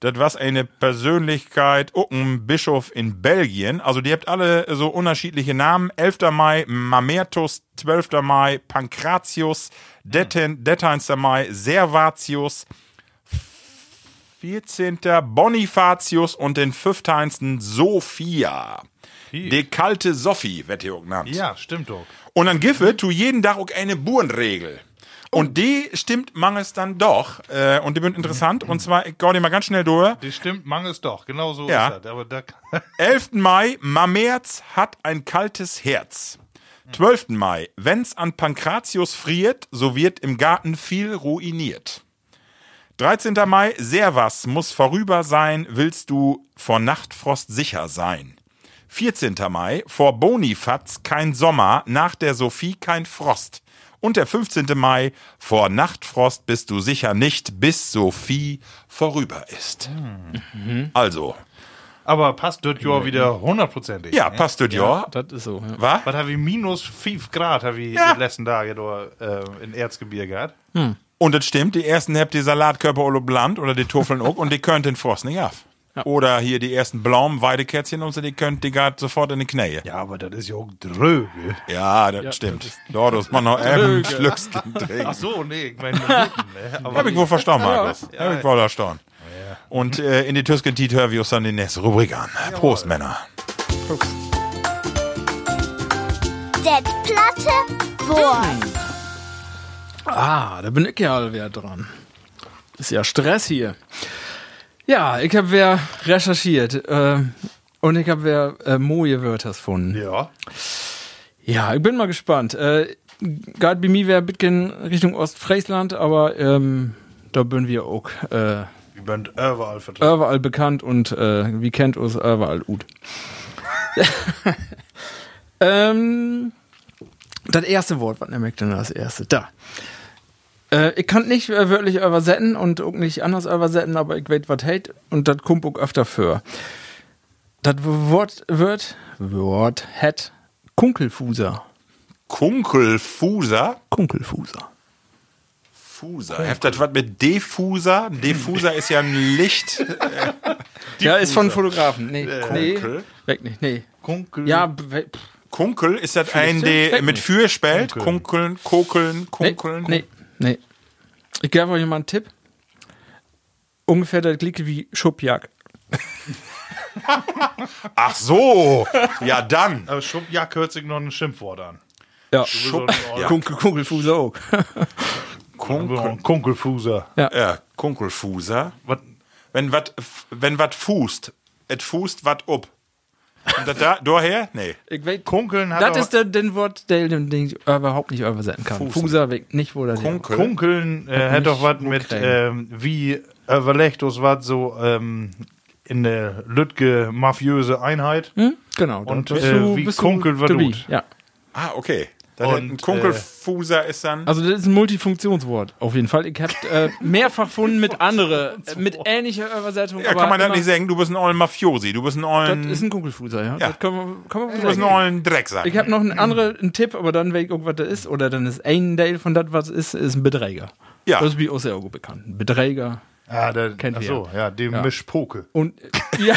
Das war eine Persönlichkeit, auch ein Bischof in Belgien. Also die habt alle so unterschiedliche Namen. 11. Mai Mamertus, 12. Mai Pankratius, 13. Mai Servatius, 14. Bonifatius und den 15. Sophia. Die kalte Sophie wird hier auch genannt.
Ja, stimmt doch.
Und dann Giffe tu jeden Tag auch eine Burenregel. Und die stimmt mangels dann doch. Äh, und die sind interessant. Und zwar, ich gau die mal ganz schnell durch.
Das stimmt, Mangel ist doch. Genau so
Ja.
ist das. Aber da, (laughs)
11. Mai, Mamerz hat ein kaltes Herz. 12. Mai, wenn's an Pankratius friert, so wird im Garten viel ruiniert. 13. Mai, sehr was muss vorüber sein, willst du vor Nachtfrost sicher sein. 14. Mai, vor Bonifatz kein Sommer, nach der Sophie kein Frost. Und der 15. Mai, vor Nachtfrost bist du sicher nicht, bis Sophie vorüber ist. Also,
aber passt dort ja wieder hundertprozentig. ne?
ja, passt das ja.
Das ist so. Ja.
Wa?
Was habe ich minus 5 Grad habe ich
Ja.
die letzten Tage da, äh, in Erzgebirge gehabt.
Und das stimmt, die ersten habt die Salatkörper oder Bland oder die Tuffeln auch und die könnt den Frost nicht ab. Oder hier die ersten blauen Weidekätzchen und so, die könnt die grad sofort in die Knähe. Ja,
Ja, aber das ist ja auch dröge.
das stimmt. Dort ist man noch eben Schlückskind trinken.
Ach so, nee, ich (laughs) meine, ne? aber
Hab ich wohl verstanden, Markus. Hab ich wohl verstanden. Und äh, in die Tüsken-Tiet hören wir uns dann die nächste Rubrik an. Prost, Männer.
Det platte Wort.
Ah, da bin ich ja all wer dran. Ist ja Stress hier. Ja, ich habe wer recherchiert äh, und ich habe wer äh, Moje Wörters gefunden.
ja.
Ja, ich bin mal gespannt. Äh, Gerade bei mir wäre Bitgen Richtung Ostfriesland, aber ähm, da bin wir auch äh,
Wir sind überall vertreten.
überall bekannt und äh, wie kennt uns überall gut. (laughs) ähm, das erste Wort, was nämlich denn das erste? Da. Äh, ich kann nicht äh, wörtlich übersetzen und auch nicht anders übersetzen, aber ich weiß, was hält und das kommt auch öfter für. Das Wort wird, Wort hat Kunkelfuser.
Kunkelfuser.
Kunkelfuser.
Fuser. Heft das was mit Defuser? Defuser ist ja ein Licht.
ja, ist von Fotografen. Nee, nee.
Kunkel?
Weg nicht, nee.
Kunkel.
Ja, b- we- pff,
Kunkel ist das ein, der
Technik.
mit Für spellt? Kunkeln, Kokeln,
nee,
Kunkeln.
nee, nee. Ich gebe euch mal einen Tipp. Ungefähr das gleiche wie Schubjag.
Ach
(laughs)
so, ja dann.
Aber Schubjack hört sich noch ein Schimpfwort an.
Ja,
Schub,
Kunkel, Kunkelfuser auch.
Kunkel. Kunkelfuser.
Ja, Kunkelfuser.
Was?
Wenn wat, wenn wat fußt, et fußt wat up. Und dat da, daher? Nee.
Ich weiß,
Kunkeln hat
das
auch-
ist der, den Wort, der den, den ich überhaupt nicht übersetzen kann.
Fuser.
Fuser, weg, nicht wo das
Kunkel.
Kunkeln äh, hat doch was mit, ähm, wie überlegt uns was so ähm, in der Lütge mafiöse Einheit.
Hm? Genau. da
Und,
bist
äh,
du-
wie
bist du
Kunkel wird
dabei.
gut.
Ja.
Ah, okay. Dann
Und,
ein Kunkelfuser ist dann.
Also das ist ein Multifunktionswort, auf jeden Fall. Ich habe äh, mehrfach gefunden mit andere, äh, mit ähnlicher Übersetzung.
ja,
aber
kann man das
immer-
nicht sagen, du bist ein ollen Mafiosi, du bist ein
Das
ollen,
ist ein Kunkelfuser, ja. Das kann man, kann man
du bist ein ollen Drecksack.
Ich habe noch einen anderen einen Tipp, aber dann, wenn ich irgendwas da ist, oder dann ist ein Teil von das, was ist, ist ein Beträger.
Ja.
Das ist wie auch sehr gut bekannt. Ein Beträger.
Ah, der,
Kennt
ach so, ja, dem
Ja.
Mischpoke.
Und, (laughs) äh, ja.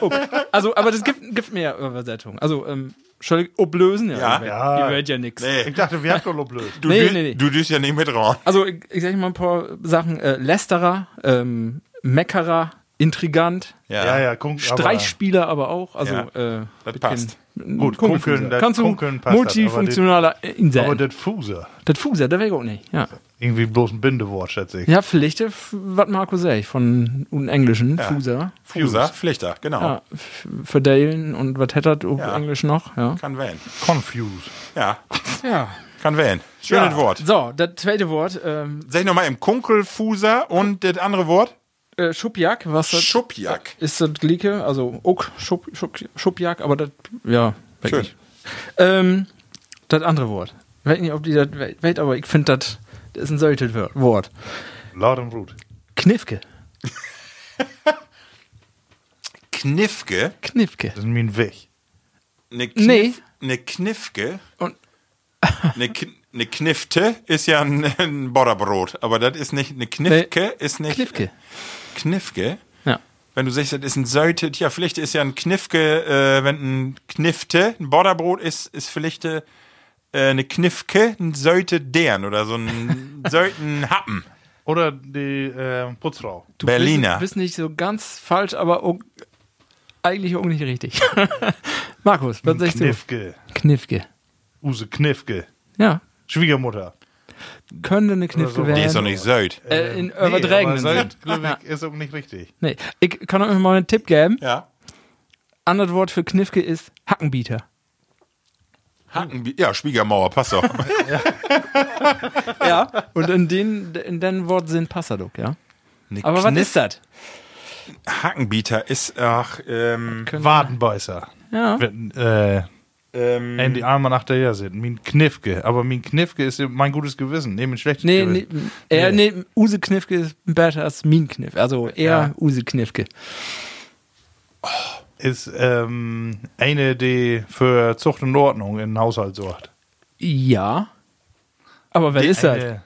Okay. Also, aber das gibt, gibt mehr Übersetzung. Also, ähm, Entschuldigung, oblösen, ja.
Ja.
die
Ja.
Die wird ja nix.
nee,
Ich dachte, wir hatten doch noch blöd.
du,
Nee,
dü-
nee, nee.
du düst ja nicht mit raus.
Also, ich, ich sage mal ein paar Sachen. Äh, Lästerer, ähm, Meckerer, intrigant,
Ja, ja, Kunk,
Streichspieler aber auch. Also,
Ja,
äh,
das
mit
passt.
den-
Gut,
Kunkeln-
Kunkeln, das
Kannst du
Kunkeln passt, halt,
multifunktionaler
Aber, aber
Insekt.
das Fuse.
Das Fuser, der wäre auch nicht. Ja,
Irgendwie bloß ein Bindewort, schätze ich.
ja vielleicht, äh, was Marco sagt, von einem englischen Fuser.
Fuser, Pflichter, genau.
Ja, f- verdeilen und was hättert ob
Ja.
Englisch noch? Ja.
Kann wählen.
Confuse.
Ja,
ja.
kann wählen. Schönes
Ja.
Wort.
So, das zweite Wort, ähm,
Sag ich nochmal im Kunkelfuser und das andere Wort?
äh, Schubjak, was das
Schubjak.
ist das Gleiche, also Oak, Schub, Schub, Schubjak, aber das, ja, weg
Schön.
nicht. Ähm, das andere Wort. Ich weiß nicht, ob die das we- weiß, aber ich finde das, das ist ein solches Wör- Wort.
Laut und Brut.
Kniffke.
Kniffke.
Kniffke.
Das ist mein Weg.
Eine
Nee.
Kniff, ne Kniffke.
Und-
Eine ne Knifte ist ja ein, ein Butterbrot, aber das ist nicht. Eine Kniffke ist nicht.
Kniffke.
Kniffke.
Ja.
Wenn du sagst, das ist ein Söltet, ja, vielleicht ist ja ein Kniffke, äh, wenn ein Knifte, ein Butterbrot ist, ist vielleicht äh, eine Kniffke, ein Söltet deren oder so
(laughs)
ein Sölten Happen.
Oder die äh, Putzfrau.
Du
Berliner.
Bist, bist nicht so ganz falsch, aber auch, eigentlich auch nicht richtig. (laughs) Markus, was sagst du?
Knifke.
Kniffke.
Use Knifke.
Ja.
Schwiegermutter.
Könnte eine Knifke
so.
Die ist doch
werden.
nicht Sölt.
Äh, in
aber
übertragenen Sinn.
seit, glaub ich, ist auch nicht richtig.
Nee. Ich kann euch mal einen Tipp geben.
Ja.
Anderes Wort für Knifke ist Hackenbieter.
Hacken, ja, Schwiegermauer, passt
(laughs)
doch.
Ja. Und in den, in den Wort sind Passaduk, ja.
Eine
Aber was ist das?
Hackenbieter ist, ach, ähm,
Wadenbeißer.
Genau. Ja.
Wenn, äh,
ähm,
Andy Armer nach der sind. Mein Knifke. Aber mein Knifke ist mein gutes Gewissen. Nee, mein schlechtes
Nee, nee,
Gewissen.
eher, nee, Use Knifke ist besser als Min Knif. Also eher
Ja.
Use Knifke.
Ist ähm, eine, die für Zucht und Ordnung in den Haushalt sorgt.
Ja. Aber wer ist halt. das?
Eine-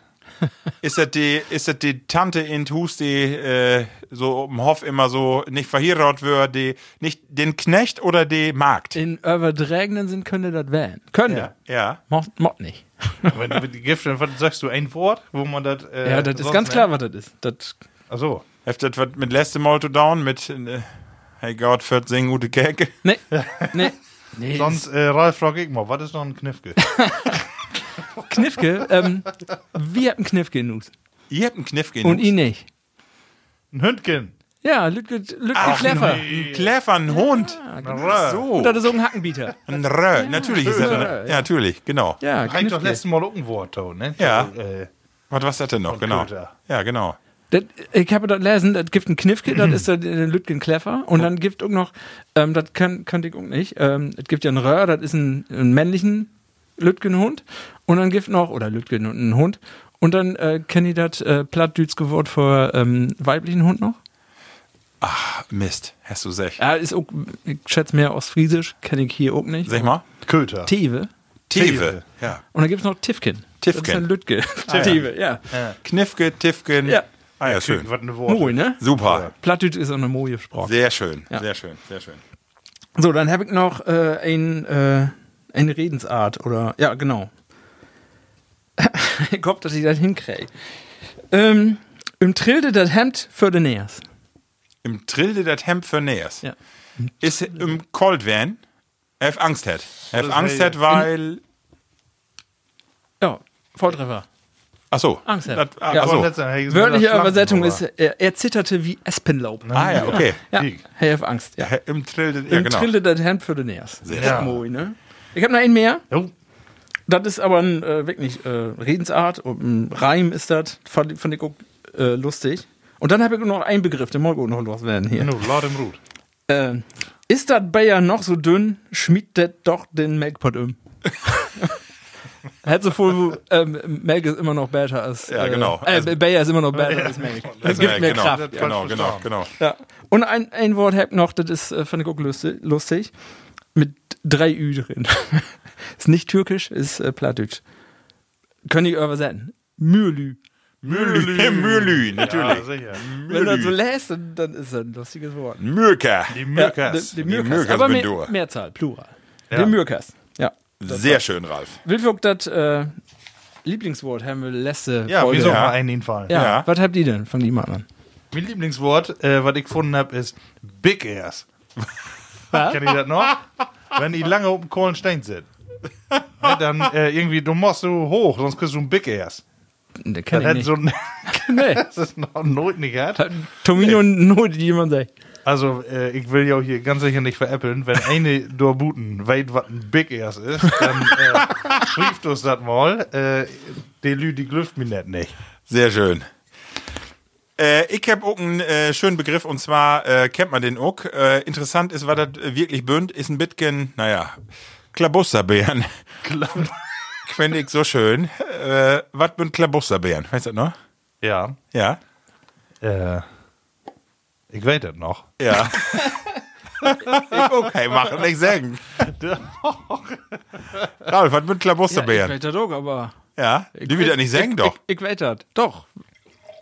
ist das die, ist das die Tante in Hus, die äh, so im Hof immer so nicht verheiratet wird, die nicht den Knecht oder die Magd?
In übertragenen Sinn könnte das werden. Könnte.
Ja. ja.
Macht, macht nicht.
Wenn du die Gift, dann was- sagst du ein Wort, wo man das. Äh,
Ja, das ist
sonst
ganz
nennt.
klar, was das ist. Das
Ach so.
Heft das was mit letzte Mal to down, mit äh, Hey Gott, wird singen gute Keke.
(laughs)
Nee, nee. nee.
Sonst, äh, Ralf, frag ich mal, was ist noch
(laughs)
ein Knifke?
Knifke, ähm, wir hatten Knifke in Nus.
Ihr habt einen Kniff genug.
Und ihn nicht.
Ein Hündchen.
Ja, Lütke Kleffer.
Ein Kläfer, ein Hund.
Na,
So.
Das ist genau. so ein Hackenbieter.
Ein Rö. natürlich ist das.
Rö,
Ja,
ja.
natürlich, genau.
Ja,
Reicht doch
Ah, Knifke.
letztes Mal auch ein Wort, Tone, ne?
Ja.
Äh,
Was was das denn noch?
Und
Genau.
Köter.
Ja, genau.
Das, ich habe das lesen, das gibt einen Knifke, das ist der Lütgen Kleffer. Und dann gibt auch noch, ähm, das kann, kannte ich auch nicht, ähm, es gibt ja einen Röhr, das ist ein, ein männlichen Lütgenhund. Und dann gibt noch, oder Lütgen und ein Hund. Und dann äh, kenne ich das äh, plattdütske Wort für ähm, weiblichen Hund noch.
Mist, hast du sech.
Ja, ist auch, ich schätze mehr aus Friesisch, kenne ich hier auch nicht.
Sag mal.
Köter.
Teve.
Teve. Ja.
Und dann gibt es noch Tifkin.
Tifkin.
Das ist ein Lütke. Teve, ja.
Knifke, Tifken.
Ja.
Ah ja, schön.
Äh, Was eine Worte.
Moje, ne?
Super.
Plattdütsch ist auch eine Moje-Sprache.
Sehr schön,
Ja.
sehr schön, sehr schön.
So, dann habe ich noch äh, ein, äh, eine Redensart oder, ja, genau. (laughs) ich hoffe, dass ich das hinkriege. Ähm, Im Trilde das Hemd für den Nähers.
Im Trilde das Hemd für Nähers.
Ja.
Ist im Cold Van. Er hat Angst hat. Er hat
Das
Angst
wär-
hat, weil.
Ja, Volltreffer.
Ach so.
Angst hat.
Das- ah,
Ja.
ach
So,
so.
letztes Mal hätte ich
Also,
gesagt,
Wörtliche
das
Übersetzung ist, äh,
Schlangenrohr.
er, er zitterte wie Espenlaub.
Ah ja, okay.
Ja,
Sieg.
Herr F. Angst, ja.
Im Trilde. Ja,
Im
genau.
Trilde das Hemd für den Nähers.
Sehr
Ja.
Moje, ne? Ich habe noch einen mehr.
Jo,
Das ist aber ein, äh, wirklich äh, Redensart, und ein Reim ist das, fand, fand ich auch äh, lustig. Und dann habe ich noch einen Begriff, den morgen noch loswerden hier.
no, laut im Rut.
Ähm, ist das Bayer noch so dünn, schmied das doch den Melkpot um. (laughs) Hätte wohl, ähm, Melk ist immer noch besser als.
Ja, genau.
Äh,
Also-
äh, Bayer ist immer noch besser als Melk. Das gibt
ja,
mir
genau,
Kraft.
Genau, genau, genau.
Ja. Und ein, ein Wort hab noch, das ist, äh, fand ich auch lustig, lustig. Mit drei Ü drin. (laughs) ist nicht türkisch, ist äh, plattdeutsch. Könnte ich übersetzen. Mühlü.
Mülü, Mülü,
Ja,
natürlich.
sicher.
Wenn du das so
Mülü.
lässt, dann dann ist das ein lustiges Wort.
Mürker.
Die
Ja,
Mürkers.
die, die
Die
Mürkers.
Mürkers
aber
bin
mehr,
du.
Mehrzahl, Plural.
Ja.
Die Mürkers. Ja.
Sehr schön, Ralf.
Wildfuck, das äh, Lieblingswort haben wir letzte
Ja,
Folge.
wieso
Ja.
mal einen Infall?
Ja,
Ja.
was habt ihr denn? Fang die mal an.
Mein Lieblingswort, äh, was ich gefunden habe, ist Big
(laughs)
Ass. Kennt ihr das noch? Wenn die lange auf dem Kohlen stehen sind. Ja, dann äh, irgendwie, du musst du hoch, sonst kriegst du einen Big Ass.
Der
Das
kenn
hätte
ich
so
nicht. (laughs)
ein, (laughs)
Nee.
das ist noch Not nicht gehabt.
Tomino Not, die jemand sagt.
Also, äh, ich will ja auch hier ganz sicher nicht veräppeln, wenn eine Dorbuten weiß, was ein Big Ass ist, dann äh, schrieft uns das mal. Äh, die Lü, die glüft mir net nicht.
Sehr schön. Äh, ich habe auch einen äh, schönen Begriff und zwar äh, kennt man den auch. Äh, interessant ist, was das wirklich bünd, ist ein Bitgen, naja, Klabusterbeeren. (laughs) Finde ich so schön. Äh, was bünd Klabusterbeeren? Weißt du das noch?
Ja.
Ja.
Äh, ich weiß das noch.
(laughs)
Ja. ich okay, machen, nicht
(laughs)
sagen. Ralf, was bünd Klabusterbeeren?
das auch, aber.
Ja, die will das nicht sagen,
ich,
doch.
Ich, ich weiß das. Doch.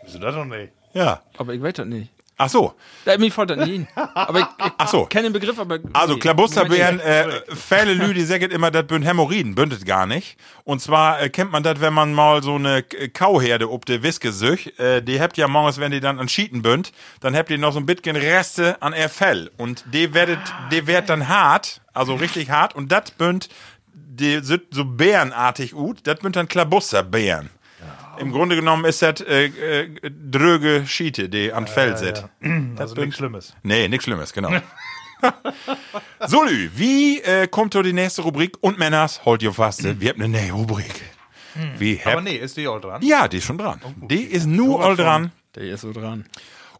Wieso das noch nicht?
Ja.
Aber ich weiß das nicht.
Ach so.
Ja, mich folgt das nie.
(laughs)
Aber ich, ich
Ach so.
kenne den Begriff, aber.
Also
nee.
Klabusterbeeren, äh, fälle Lü, die säget immer, das bünd Hämorrhoiden, bündet gar nicht. Und zwar äh, kennt man das, wenn man mal so eine K- äh, Kauherde ob de Wiske süch, äh, die habt ja morgens, wenn die dann an Schieten bünd, dann habt ihr noch so ein bisschen Reste an ihr Fell. Und die werdet, die werd dann hart, also richtig hart, und das bünd, die sind so bärenartig gut, das bünd dann Klabusterbeeren. Im Grunde genommen ist das äh, äh, dröge Schiete, die an Fell sit.
Also nichts Schlimmes.
Nee, nichts Schlimmes, genau. (laughs) so, Lü, wie äh, kommt doch die nächste Rubrik? Und Männers, holt ihr fast, äh, wir haben eine neue Rubrik. Wie hab-
Aber nee, ist die auch dran.
Ja, die ist schon dran. die ist nur all dran.
Der ist so dran.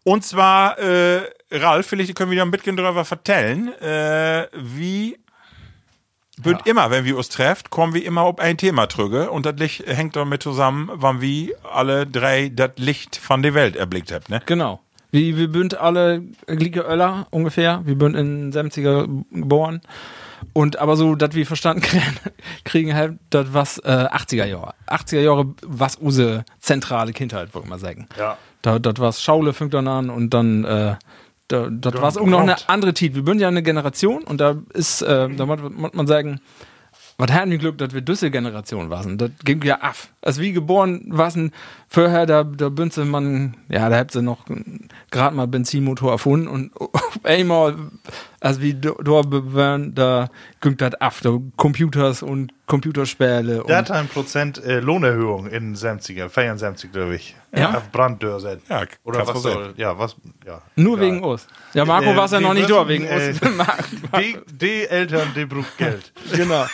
Und zwar, äh, Ralf, vielleicht können wir dir ein bisschen darüber vertellen, äh, wie wird immer, wenn wir uns trefft, kommen wir immer auf ein Thema drüge und das Licht hängt damit zusammen, wann wir alle drei das Licht von der Welt erblickt habt, ne?
Genau. Wie wir bünd alle Glieke Öller ungefähr. Wir bünd in 70er geboren. Und aber so, dass wir verstanden kriegen, (laughs) kriegen halt das was äh, 80er Jahre. 80er Jahre was use zentrale Kindheit, würde ich mal sagen.
Ja.
Da, das war's Schaule fängt dann an und dann äh, da, das war's auch noch eine
Brand.
andere Titel. Wir sind ja eine Generation und da ist, äh, da muss muss man sagen, was haben wir Glück, dass wir düsse Generation waren. Das ging ja af. Also wie geboren waren, vorher da, da bünze man, ja, da habt sie noch gerade mal Benzinmotor erfunden und (laughs) einmal, also wie da, da, waren, da ging das af. Da Computers und Computerspäle
Der
und
hat ein Prozent äh, Lohnerhöhung in 70er, feiern 70 glaube ich.
Ja?
Auf Branddörsen.
Ja,
Oder was
Kassel.
soll, ja, was, ja.
nur
egal.
wegen uns. Ja, Marco
Äh,
war es ja
die
noch nicht
müssen,
da wegen
äh,
uns.
Die, die Eltern, die braucht Geld.
(laughs) genau.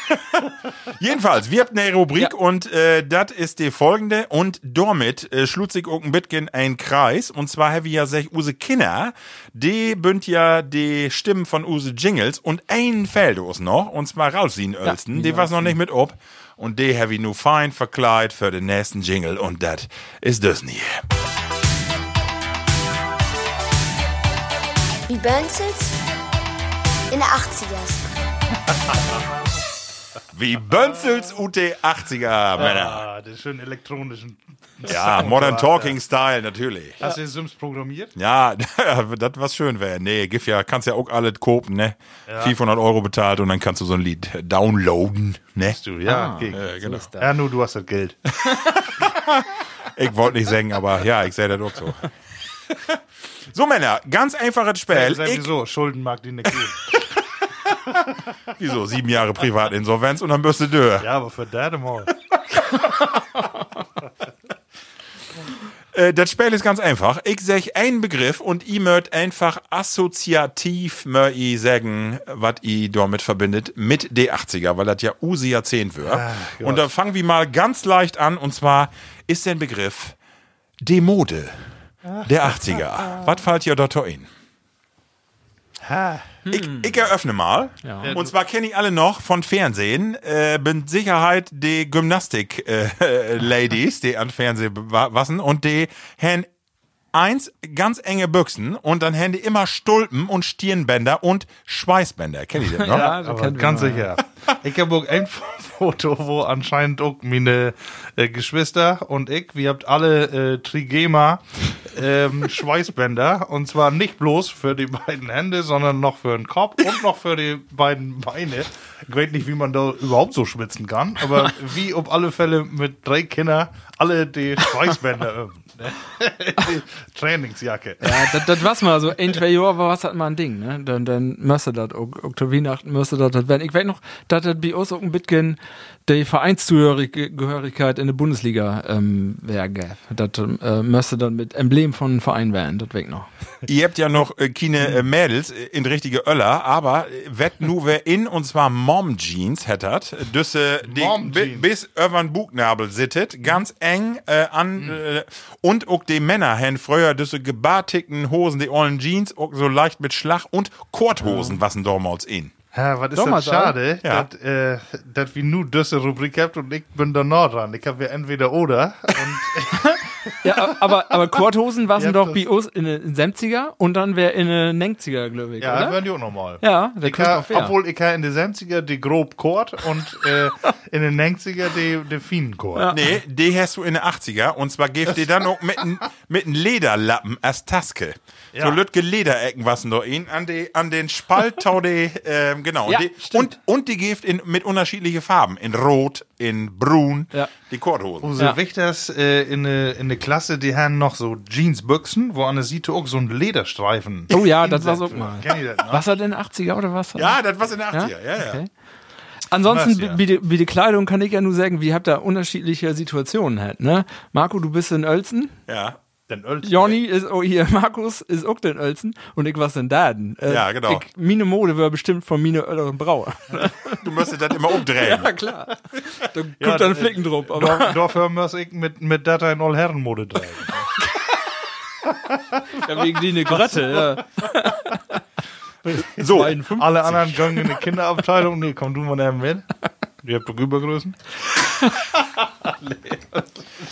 Jedenfalls, wir habt eine Rubrik und äh, das ist die folgende. Und damit äh, schlut sich auch ein bisschen ein Kreis. Und zwar haben wir ja sech Use Kinder. Die bünd ja die Stimmen von Use Jingles. Und ein fehlt uns noch. Und zwar Ralfsin Ölsten. die war's noch nicht mit ob. Und die habe ich nur fein verkleidet für den nächsten Jingle. Und das ist das nie.
Wie Bönzels in der 80ers.
Wie Bönzels UT 80er, Männer.
Ah, den schönen elektronischen.
Ja, Modern Talking Style, natürlich.
Hast du die Sims programmiert?
Ja, (laughs) das was schön wäre. Nee, GIF ja, kannst ja auch alle kopen, ne? 500 Euro bezahlt und dann kannst du so ein Lied downloaden, ne?
Du, Ah, ja, okay.
genau.
Ja, nur du hast das Geld.
Ich wollte nicht singen, aber ja, ich sehe das auch (laughs) so. So, Männer, ganz einfaches Spiel.
Sei
Ich,
mir so, Schulden mag die nicht geben.
wieso? Sieben Jahre Privatinsolvenz und dann bist du dö.
ja, aber für das mal.
Äh, das Spiel ist ganz einfach. Ich sag einen Begriff und ihr mögt einfach assoziativ mögt ihr sagen, was ihr damit verbindet mit D80er, weil das ja Usi Jahrzehnt wird. und da fangen wir mal ganz leicht an und zwar ist der Begriff Demode der 80er. was fällt ihr dort hin? Ich, ich eröffne mal.
Ja.
Und zwar kenne ich alle noch von Fernsehen. Äh, bin Sicherheit die (laughs) Gymnastik-Ladies, die an Fernsehen wassen und die haben eins ganz enge Büchsen und dann haben die immer Stulpen und Stirnbänder und Schweißbänder. Kennt ihr das noch?
Ja, das
Aber
kennt
ganz
man.
sicher. Ich habe auch ein Foto, wo anscheinend auch meine äh, Geschwister und ich, wir habt alle äh, Trigema
(laughs)
ähm, Schweißbänder und zwar nicht bloß für die beiden Hände, sondern noch für den Kopf und noch für die beiden Beine. Ich weiß nicht, wie man da überhaupt so schwitzen kann,
(laughs)
aber wie auf alle Fälle mit drei Kindern, alle die
(laughs)
Schweißbänder um. (laughs) die Trainingsjacke.
Ja, das, das war's mal Also, so. Ein, zwei Jahre war das halt mal ein Ding, ne? Dann, dann müsste das, auch, auch zur Weihnachten müsste das das werden. Ich weiß noch, dass das bei uns auch ein bisschen die Vereinszugehörigkeit in der Bundesliga ähm, wäre, gell? Das äh, müsste dann mit Emblem von Verein werden, das weg noch.
Ihr habt ja noch äh, keine äh, Mädels äh, in richtige Öller, aber äh, wett nu wer in, und zwar Mom Jeans hättet, düsse die
Mom
bi-
Jeans.
bis Övern Bugnabel sittet, ganz eng äh, an äh, und auch die Männer hen früher düsse gebartigten Hosen, die ollen Jeans, auch so leicht mit Schlag und Korthosen, was ein Dormauts in.
Ja, was ist
Damals
das schade,
Ja.
dass, äh, dass wir nur diese Rubrik habt und ich bin da noch dran. Ich habe ja entweder oder.
Ja, aber, aber Korthosen waren
Ja,
doch
das-
bei uns in den 70er und dann wäre in den 90er, glaube ich,
Ja, das
oder?
wären die auch nochmal.
Ja, der
Ich ha,
Christoph Obwohl
obwohl ich ha in den 70er die grob Chord und (laughs) äh, in den 90er die, die finen Chord.
Nee, die hast du in den 80er und zwar geeft die dann auch mit einem mit n Lederlappen als Taske. So
Ja.
lütge Lederecken was noch ihn an die an den Spalt tau die ähm, genau
Ja,
die,
stimmt.
und und die geeft in mit unterschiedliche Farben in rot, in brun,
Ja.
die Korthosen.
Umso
Ja.
wichtiger äh, in der in der Klasse, die haben noch so Jeansbüchsen, wo an der Seite auch so ein Lederstreifen.
Oh ja, das war so
(laughs)
mal.
Kennt ihr das ne? noch?
Was er denn 80er oder was? er-
Ja, das war's in den 80er. Ja, ja.
Okay. Ansonsten,
Was, ja.
wie die- wie die Kleidung kann ich ja nur sagen, wie habt ihr unterschiedliche Situationen halt, ne? Marco, du bist in Uelzen.
ja.
Denn Öl-
Jonny ist, oh hier, (laughs) Markus ist auch in Uelzen. Und ich was in Daden. Äh,
Ja, genau.
Ich, meine Mode war bestimmt von meine Ölleren Brauer.
Du müsstest das immer umdrehen.
ja, klar. Da kommt
Ja,
dann
äh,
Flicken drauf.
(laughs)
Aber
Dorf, Dorf hören wir's ich mit, mit Data in All-Herren-Mode drin.
ja, wegen die eine Gratte,
So,
(laughs) ja. 51.
Alle anderen gehen in die Kinderabteilung. Nee, komm du mal eben mit. Ihr habt doch Übergrößen.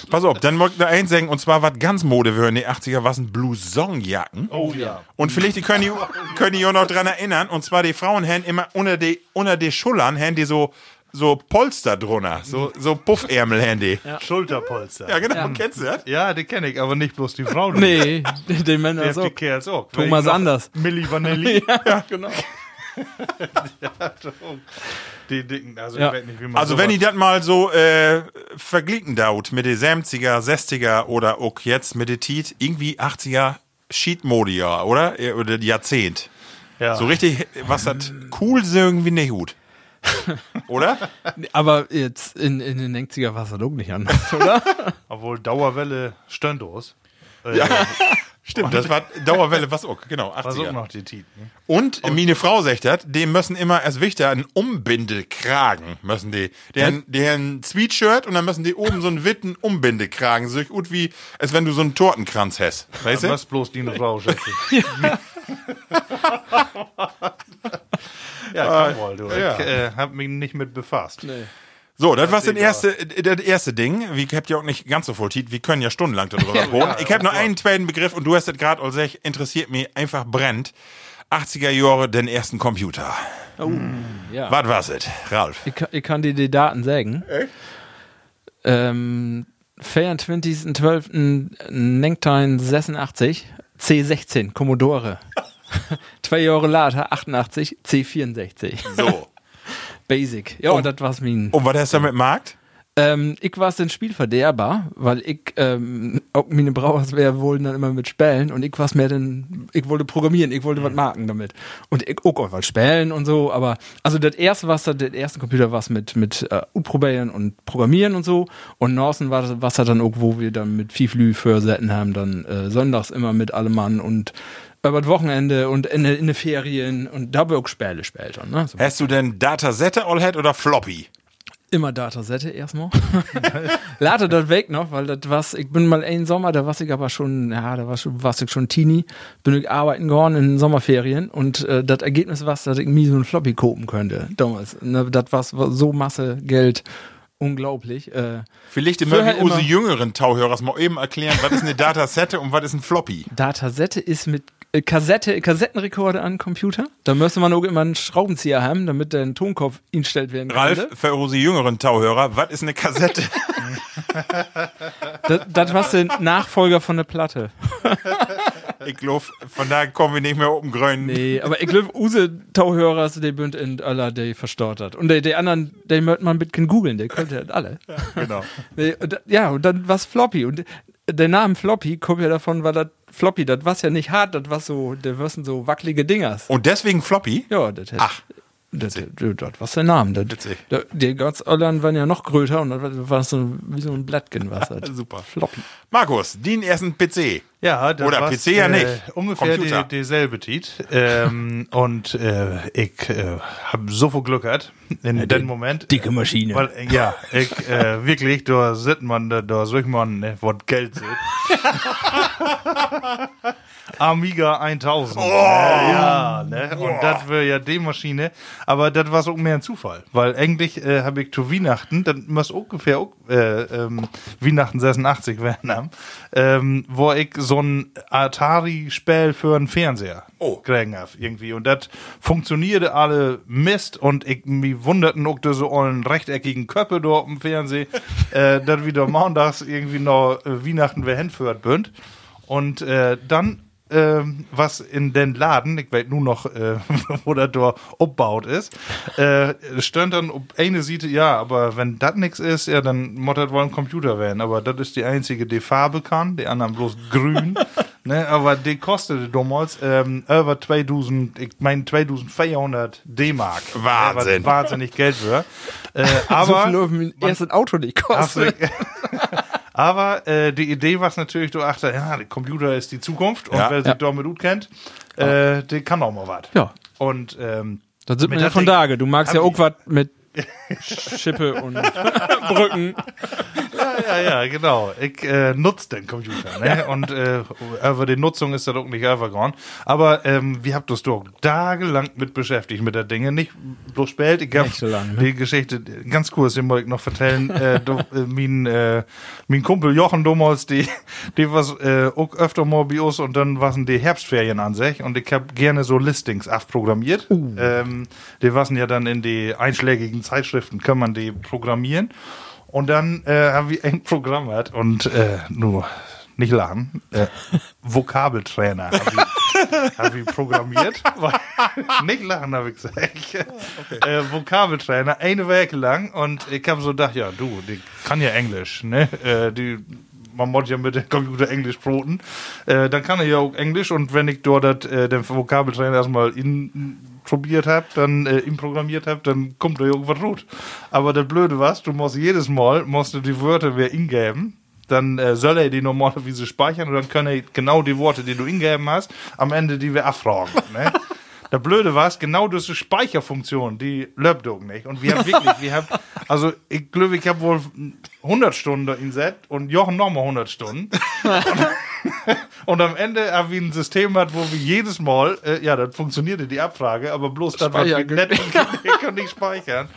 pass auf, dann wollte ich nur eins sagen, und zwar was ganz Mode wäre in den 80er, was ein Blousonjacken.
Oh ja.
Und vielleicht die können die, können die auch noch dran erinnern. Und zwar die Frauen haben immer unter die, unter die Schullern haben die so, so Polster drunter. So, so Puffärmel haben die. Ja,
Schulterpolster.
genau. Kennst du das?
Ja, die kenne ich, aber nicht bloß die Frauen.
Nee, (laughs) den Männer
Die
ist
Also
so.
auch.
die (laughs) Kerls auch.
Thomas
Wenn ich noch
Anders.
Milli Vanilli.
Ja, genau.
die dicken, also
Ja.
ich weiß nicht, wie man
Also wenn
sowas-
die das mal so äh, verglichen daut mit den 70er, 60er oder auch jetzt mit den Tiet, irgendwie 80er Sheetmodier, oder? Äh, Oder Jahrzehnt.
ja.
So richtig, was das cool ist irgendwie nicht
(laughs)
gut. Oder?
Aber jetzt in, in den 90er war es doch nicht anders, oder?
Obwohl Dauerwelle Stöndos.
(laughs) Stimmt, das war Dauerwelle, was auch, genau, 80er.
Was auch noch die Tieten. ne?
Und äh, meine Frau sagt das, die müssen immer als Wichter einen Umbindekragen müssen die. Die haben, die haben ein Sweatshirt und dann müssen die oben so einen witten Umbindekragen. So gut wie, als wenn du so einen Tortenkranz hast. Weißt
Du
du?
hast bloß die eine Frau, Schätze.
(laughs)
(laughs) ja, komm wohl, du.
ja.
Ich äh, hab mich nicht mit befasst.
So, das war das erste, das erste Ding. Wir habt ja auch nicht ganz so voll Tiet. Wir können (laughs) ja stundenlang darüber reden. ich habe nur einen zweiten Begriff und du hast das gerade, also interessiert mich einfach brennt. 80er Jahre, den ersten Computer.
Oh. ja.
Was war's it, Ralf?
Ich kann, ich kann dir die Daten sagen. Echt? Ähm, 24.12.1986, C16, Commodore. Zwei Jahre later, 88, C64.
So.
Basic. Ja, das war's mein.
Und was hast du damit Markt?
Ähm, ich war's den Spielverderber, weil ich, ähm, auch meine Brauers wär wohl dann immer mit Spälen und ich war's mehr denn, ich wollte programmieren, ich wollte was marken damit. Und ich auch was Spälen und so, aber, also das erste was, das erste Computer war's mit, mit, äh, Utprobieren und Programmieren und so. Und Norsen war das, was er halt dann auch, wo wir dann mit Fiflü für Setten haben, dann, äh, sonntags immer mit allem Mann und, über das Wochenende und in, in den Ferien und da hab ich auch Späle später, ne? So.
Hast du denn Datasette Allhead oder Floppy?
Immer Datasette erstmal. (laughs) Lade das weg noch, weil das was, ich bin mal einen Sommer, da war ich aber schon, ja, da war, schon, war ich schon Teenie, bin ich arbeiten gegangen in den Sommerferien und äh, das Ergebnis war, dass ich mir so einen Floppy kopen könnte damals. Ne, das war so Masse Geld, unglaublich. Äh,
Vielleicht dem
Vorher
Möbel unsere
immer.
jüngeren Tauhörers mal eben erklären, was ist eine Datasette und was ist ein
(laughs)
Floppy?
Datasette ist mit äh, Kassette, Kassettenrekorde an Computer. Da müsste man auch immer einen Schraubenzieher haben, damit der Tonkopf instellt werden kann.
Ralf, für unsere jüngeren Tauhörer, was ist eine
(laughs)
Kassette?
Das, das war der Nachfolger von der Platte.
Ich glaube, von da kommen wir nicht mehr oben grün.
Nee, aber ich glaube, use Tauhörers, die bünd in aller, die verstaut hat. Und die, die anderen, die möcht man mit kein googeln, die könnte halt alle.
Genau.
Nee, und, da- ja, und dann was Floppy. Und der Name Floppy kommt ja davon, weil das Floppy, das war's ja nicht hart, das war so, der wärsten so wackelige Dingers.
Und deswegen Floppy?
Ja, das hätt-
Ach.
Das, das, das war's der Name. Das,
Witzig.
da- die ganz anderen waren ja noch größer und das war- war so ein- wie so ein Blattgen was halt.
Super.
Floppy.
Markus, den ersten PC.
Ja, das
Oder
war's, äh,
PC ja nicht.
Ungefähr
Computer.
die, dieselbe Tit. Ähm, und äh, ich äh, habe so viel Glück gehabt in dem Moment.
Dicke Maschine.
Weil, äh, ja, ich, äh, wirklich, da sieht man, da, da sucht man, ne, was Geld sieht. Amiga 1000. Oh, ja, ne? Und das wäre ja die Maschine. Aber das war so mehr ein Zufall. Weil eigentlich äh, habe ich zu Weihnachten, dann muss ungefähr auch, äh, ähm, Weihnachten 86 werden haben, ähm, wo ich so ein Atari-Spiel für einen Fernseher
Oh.
kriegen hab, irgendwie. Und das funktionierte alle Mist und ich mich wunderten auch diese ollen rechteckigen Köpfe da auf dem Fernseh, äh, dass wieder montags irgendwie noch äh, Weihnachten wer hinführt bünd. Und äh, dann ähm, was in den Laden, ich weiß nur noch, äh, (laughs) wo das da abbaut ist, äh, stand dann, ob eine sieht, ja, aber wenn das nix ist, ja, dann muss das wohl ein Computer werden. Aber das ist die einzige, die Farbe kann, die anderen bloß grün. ne, aber die kostete damals ähm, über 2000, ich meine 2400 D-Mark. Ne,
Wahnsinn.
Was wahnsinnig Geld
(laughs)
wäre. Äh, aber
so viel auf dem ersten Auto nicht kostet.
Ach so. Aber äh, die Idee war es natürlich, du achte, ja, der Computer ist die Zukunft und
Ja.
wer sich damit gut kennt, äh, der kann auch mal was.
Ja.
Und ähm,
Dann sind
mit
wir ja
der
von
Ding-
Tage. Du magst ja
Hab
auch
ich-
was mit (laughs) Schippe
(laughs)
und Brücken.
ja, ja, ja, genau. Ich äh, nutze den Computer. Ne? Und äh, über die Nutzung ist das auch nicht einfach geworden. Aber ähm, wir habt uns doch tagelang mit beschäftigt mit der Dinge. Nicht bloß spät. Ich hab
Nicht so lange, ne?
die Geschichte ganz kurz, den wollte ich noch vertellen. äh, do, äh, mein, äh, mein Kumpel Jochen Domholz, die, die was äh, auch öfter mal bei uns und dann waren die Herbstferien an sich. Und ich hab gerne so Listings abprogrammiert. Ähm, die waren ja dann in die einschlägigen Zeitschriften, kann man die programmieren. Und dann äh, haben wir ein Programm gehabt und äh, nur nicht lachen. Äh, Vokabeltrainer habe ich, hab ich programmiert. Weil- nicht lachen habe ich gesagt. Äh, Vokabeltrainer, eine Woche lang. Und ich habe so gedacht, ja, du, die kann ja Englisch. Ne? Äh, die, man muss ja mit dem Computer Englisch broten. Äh, dann kann er ja auch Englisch. Und wenn ich dort dat, äh, den Vokabeltrainer erstmal in probiert hab, dann äh, ihn programmiert hab, dann kommt da irgendwas rot. Aber das Blöde was, du musst jedes Mal musst du die Wörter wieder ingeben, dann äh, soll er die normalerweise speichern und dann können er genau die Worte, die du ingeben hast, am Ende die wir abfragen. Ne? Das Blöde war es, genau diese Speicherfunktion, die löbt auch nicht. Und wir haben wirklich, wir haben, also ich glaube, ich habe wohl 100 Stunden da insetzt und Jochen nochmal 100 Stunden. Und am Ende haben wir ein System hat, wo wir jedes Mal, äh, ja, dann funktionierte die Abfrage, aber bloß das, was wir
Speichern.
nett und können nicht (laughs) speichern.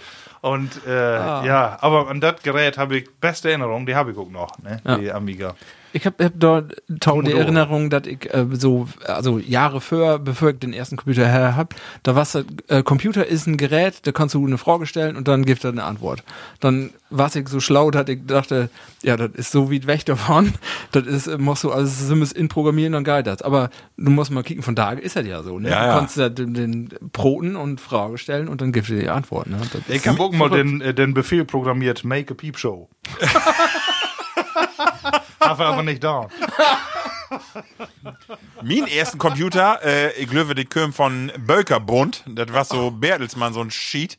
Und äh, ja, aber an das Gerät habe ich beste Erinnerung, die habe ich auch noch, ne? die Amiga.
Ich habe hab dort tausende
Commodore.
Erinnerungen, dass ich äh, so, also Jahre vor, bevor ich den ersten Computer her hab, da war's, äh, Computer ist ein Gerät, da kannst du eine Frage stellen und dann gibt er eine Antwort. Dann war ich so schlau, dass ich dachte, ja, das ist so weit weg davon, (laughs) das ist, äh, musst du alles Simmes in programmieren, dann geht das. Aber du musst mal kicken, von da ist das ja so, ne?
Ja,
du
ja.
kannst da den, den Proten und Frage stellen und dann gibt er die Antwort, ne? Das
Ich
ist-
habe auch mal den, äh, den Befehl programmiert, make a peep (laughs) show. Habe aber nicht da.
Mein ersten Computer, äh, ich löwe die Köm von Bölkerbund, das war so Bertelsmann, so ein Sheet.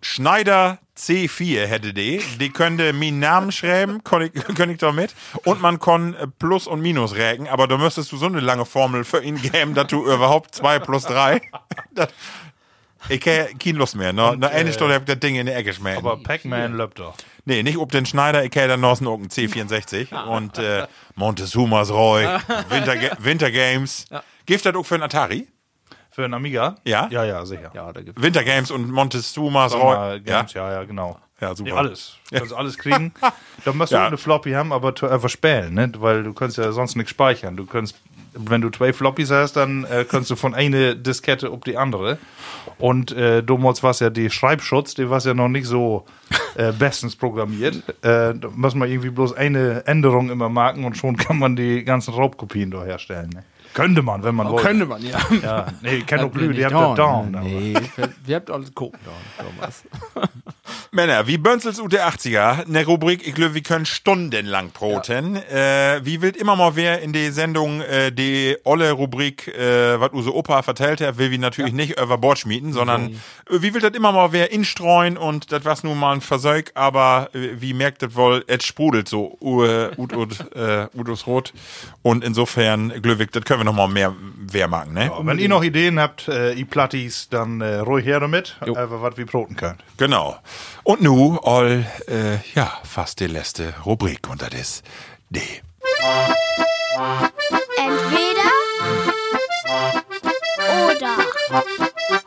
Schneider C4 hätte die. Die könnte meinen Namen schreiben, konn ich, (laughs) könnt ich damit. Und man kann äh, Plus und Minus räken, aber da müsstest du so eine lange Formel für ihn geben, dass du überhaupt 2 plus (laughs) 3. Ich hätte keine Lust mehr. Ne? Na, eine Stunde hab ich das Ding in die Ecke schmähen.
Aber Pac-Man löbt doch.
Nee, nicht ob den Schneider, ich hätte dann noch einen C64 und äh, Montezumas Roy, Winter, Winter Games. Gibt das auch für den Atari?
Für einen Amiga?
Ja?
Ja, ja, sicher.
ja, da gibt's.
Winter Games und Montezumas Roy. Ja.
Games, ja, ja, genau.
ja, super.
Ja, alles. Du kannst alles
(laughs)
kriegen. Dann musst du
Ja.
auch eine Floppy haben, aber t- einfach spähen, ne? weil du kannst ja sonst nichts speichern. Du kannst, wenn du zwei Floppies hast, dann äh, kannst du von einer Diskette auf die andere. Und äh, damals war es ja die Schreibschutz, die war ja noch nicht so äh, bestens programmiert. Äh, da muss man irgendwie bloß eine Änderung immer marken und schon kann man die ganzen Raubkopien da herstellen. Ne? Könnte man, wenn man wollte.
Könnte man, (laughs) ja.
Ja, nee, kann doch blühen, die habt
Down.
ihr down. aber-
Nee, wir habt alles Kopen down, Thomas.
Männer, wie Bönzels Ute 80er, in der Rubrik, ich glaube, wir können stundenlang broten. Äh, wie will immer mal wer in die Sendung äh, die olle Rubrik, äh, was unser Opa vertellt hat, will wir natürlich nicht über Bord schmieden, sondern äh, wie will das immer mal wer instreuen und das was nun mal ein Versäug, aber äh, wie merkt das wohl, es sprudelt so Uwe, Ut, Ut, äh, Udos Rot und insofern, Glöwig, das können wir noch mal mehr wer machen, ne?
Aber Wenn ihr noch Ideen habt, äh, ihr Plattis, dann äh, ruhig her damit.
Jo.
Einfach was wie broten könnt.
Genau. Und nu all, äh, ja, fast die letzte Rubrik und das ist die.
Entweder oder.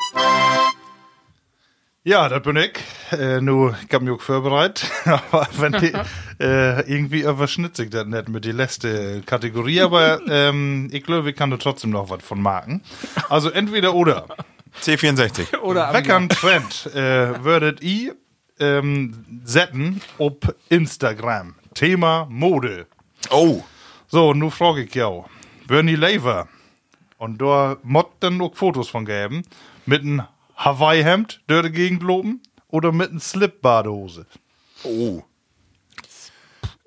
Ja, das bin ich. Äh, nur, ich hab mich auch vorbereitet. (laughs) aber wenn
(laughs)
die, äh, irgendwie überschnitt sich das nicht mit die letzte Kategorie. Aber ähm, ich glaube, wir können da trotzdem noch was von marken. Also entweder oder.
C64.
(laughs) Oder
Weckern Trend äh, würdet ihr ähm, setten ob Instagram. Thema Mode.
Oh.
So, nun frage ich ja, Bernie Lever, und da mod dann nur Fotos von geben, mit einem Hawaii-Hemd durch die Gegend loben oder mit einem Slip-Badehose?
Oh.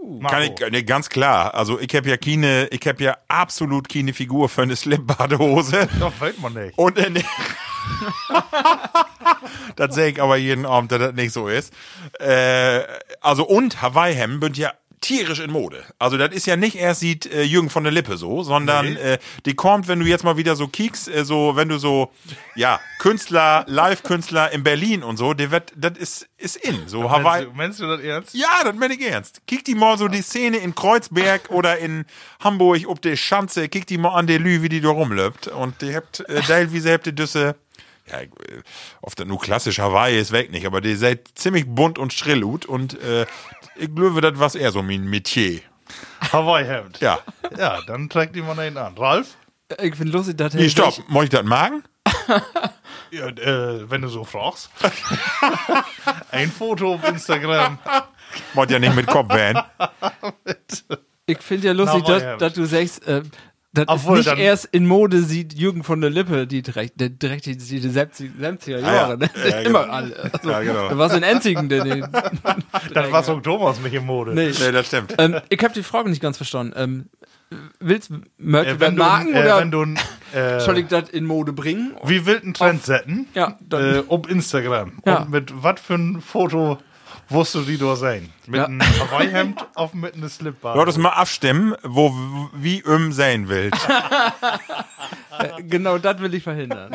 Marco.
Kann ich, nee, ganz klar. Also ich hab ja keine, ich hab ja absolut keine Figur für eine Slip-Badehose.
Das weiß man nicht.
Und in (laughs) Das sehe ich aber jeden Abend, dass das nicht so ist. Äh, also und Hawaii-Hemden sind ja tierisch in Mode. Also das ist ja nicht erst sieht äh, Jürgen von der Lippe so, sondern äh, die kommt, wenn du jetzt mal wieder so kiekst, äh, so wenn du so ja Künstler, Live-Künstler in Berlin und so, der wird, das ist ist in so Hawaii.
Meinst du, meinst du das ernst?
Ja, das meine ich ernst. Kick die mal so die Szene in (laughs) Kreuzberg oder in Hamburg, ob der Schanze, kick die mal an der Lü, wie die da rumlöbt. Und die habt, (laughs) äh, teilweise habt ihr Düsse, ja, ich, äh, oft nur klassisch Hawaii ist weg nicht, aber die seid ziemlich bunt und schrillut und, äh, ich glaube, das was eher so mein Metier.
Hawaii-Hemd.
(laughs) Ja.
Ja, dann trägt die man einen an. Ralf?
Ich finde lustig, dass
Nee, stopp. Moll ich das magen?
Ja, äh, wenn du so fragst. (laughs) Ein Foto auf Instagram.
Moll ja nicht mit Kopf werden.
Ich finde ja lustig,
Na,
dass,
Hemd.
dass du sagst, äh, das ist
Obwohl,
nicht
dann-
erst in Mode sieht Jürgen von der Lippe, die direkt, der direkt die, die 70,
Ah,
70er
ja.
Jahre. Ne?
Ja, genau.
Immer alle.
(laughs)
Also,
Ja, genau.
Da war es in Enzigen, der den.
(laughs) Das war so Thomas mich im Mode.
Nee.
Nee, das stimmt.
ähm, ich habe die Frage nicht ganz verstanden. Ähm, willst Mörtel
Äh,
äh,
wenn, du,
Marken
äh,
oder
wenn du ein,
soll
äh,
ich das in Mode bringen?
wie wild einen Trend setten?
Ja, dann,
äh, um Instagram.
Ja.
Und mit was für ein Foto wirst du die da sein? Mit
Ja.
einem
(laughs)
Hawaii-Hemd auf mit einem Slipbar.
Du hattest mal abstimmen, wo, wie im sein (laughs) willst.
Äh.
genau das will ich verhindern.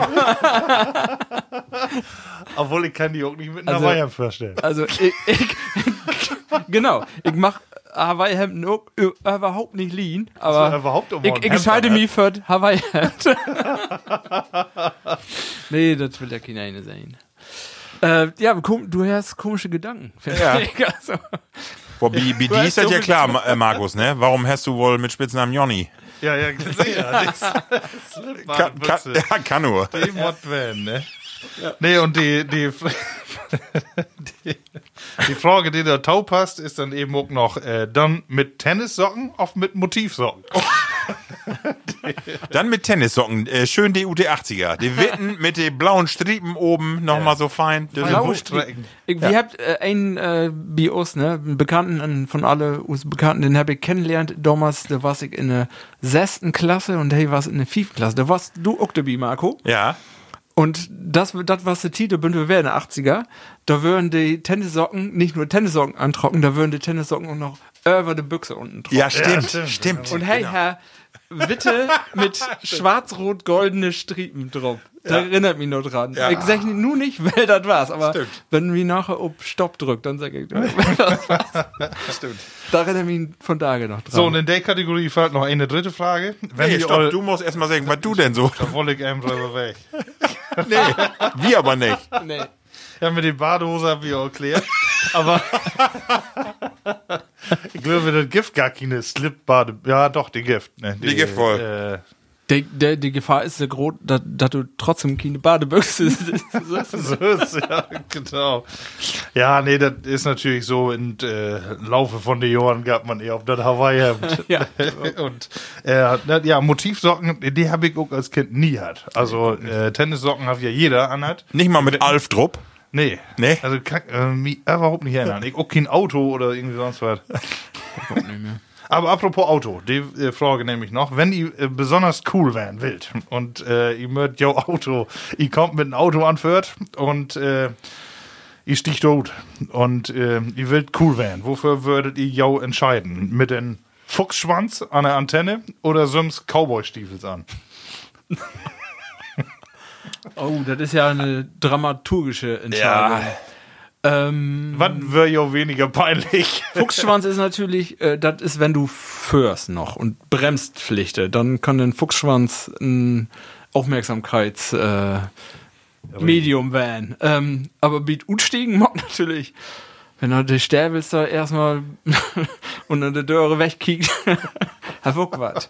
Obwohl ich kann die auch nicht mit einem
Also-
Hawaii-Hemd vorstellen.
Also ich, ich (laughs) genau, ich mach Hawaii-Hemden auch ü- überhaupt nicht lean,
Das
aber
ist Also überhaupt immer ein
ich, ich
Hemd
entscheide
an,
mich für das Hawaii-Hemd. (laughs) nee, das will ja keiner eine sein. Äh, ja, kom du hast komische Gedanken. (laughs) finde
Ja.
ich. Also,
Boah, wie, wie die ist das ja klar, Ma- äh, Markus, ne? Warum hast du wohl mit Spitznamen Jonny?
Ja, ja,
(laughs)
sicher. Slipbar
Ka-
und
ka-
Büchse.
Ja, kann nur.
Die Modvan, ne? Nee, und die, die, (laughs) die, die Frage, die da tau passt, ist dann eben auch noch, äh, dann mit Tennissocken auf mit Motivsocken.
Dann mit Tennissocken, äh, schön die UT80er. Die Witten mit den blauen Striepen oben, nochmal so fein. Das
Blau-
ist-
Strecken.
ich, Wir habt äh, einen äh, Bios, ne, einen Bekannten einen von alle us Bekannten, den habe ich kennengelernt. Damals, da warst ich in der sechsten Klasse und hey, warst in der fünften Klasse. Da warst du auch dabei, Marco.
Ja.
Und das, das was der Titel Bündel wäre in den 80er, da würden die Tennissocken nicht nur Tennissocken antrocken, da würden die Tennissocken auch noch über die Büchse unten trocken.
Ja, stimmt,
stimmt.
stimmt.
Und hey,
genau.
Herr, bitte mit schwarz-rot-goldene Striepen drauf. Da erinnert mich nur dran.
Ja.
Ich sag nur nicht, wer das war's, aber
Stimmt.
wenn mir nachher ob Stopp drückt, dann
(laughs)
sag ich, wer das war's.
Stimmt.
Da erinnert mich von Tage noch dran.
So, und in der Kategorie fällt noch eine dritte Frage. Wenn
Nee,
ihr
stopp,
all-
du musst erstmal sagen, was du denn so?
Da wolle ich einfach mal weg.
Nee, wir aber nicht.
nee.
Ja, mit den Badehose habe ich auch erklärt. (laughs) Aber ich glaube, das Gift gar keine Slip-Bade. Ja, doch, die Gift. Ne,
Die Gift voll.
Äh, (laughs)
Die, die, die Gefahr ist sehr groß, dass, dass du trotzdem keine Badebüchse
(laughs)
(laughs) hast.
So ist, ja, genau. Ja, nee, das ist natürlich so. In, äh, Im Laufe von den Jahren gab man eher auf das (laughs) Hawaii-Hemd.
Ja.
Und äh, na, ja, Motivsocken, die habe ich auch als Kind nie gehabt. Also äh, Tennissocken hat ja jeder anhat.
Nicht mal mit Alf Drupp.
Nee.
Nee?
Also kann äh, mich überhaupt nicht erinnern. Ich auch kein Auto oder irgendwie sonst was. Aber apropos Auto, die äh, Frage nehme ich noch. Wenn ihr äh, besonders cool wären, wild, und äh, ihr mögt jo Auto, ihr kommt mit einem Auto anführt und äh, ihr sticht tot und äh, ihr wollt cool werden, wofür würdet ihr jo entscheiden? Mit dem Fuchsschwanz an der Antenne oder Sims Cowboy-Stiefels an?
Oh, das ist ja eine dramaturgische Entscheidung. Ähm,
Was wäre jo weniger peinlich?
Fuchsschwanz ist natürlich, äh, das ist, wenn du fährst noch und bremst Pflichte, dann kann ein Fuchsschwanz ein Aufmerksamkeits äh, Medium Van. Ähm, aber mit Utstiegen mag natürlich. Wenn er die Stäbelst da erstmal (laughs) unter der Döre wegkickt, (laughs) Herr Fuchsschwanz.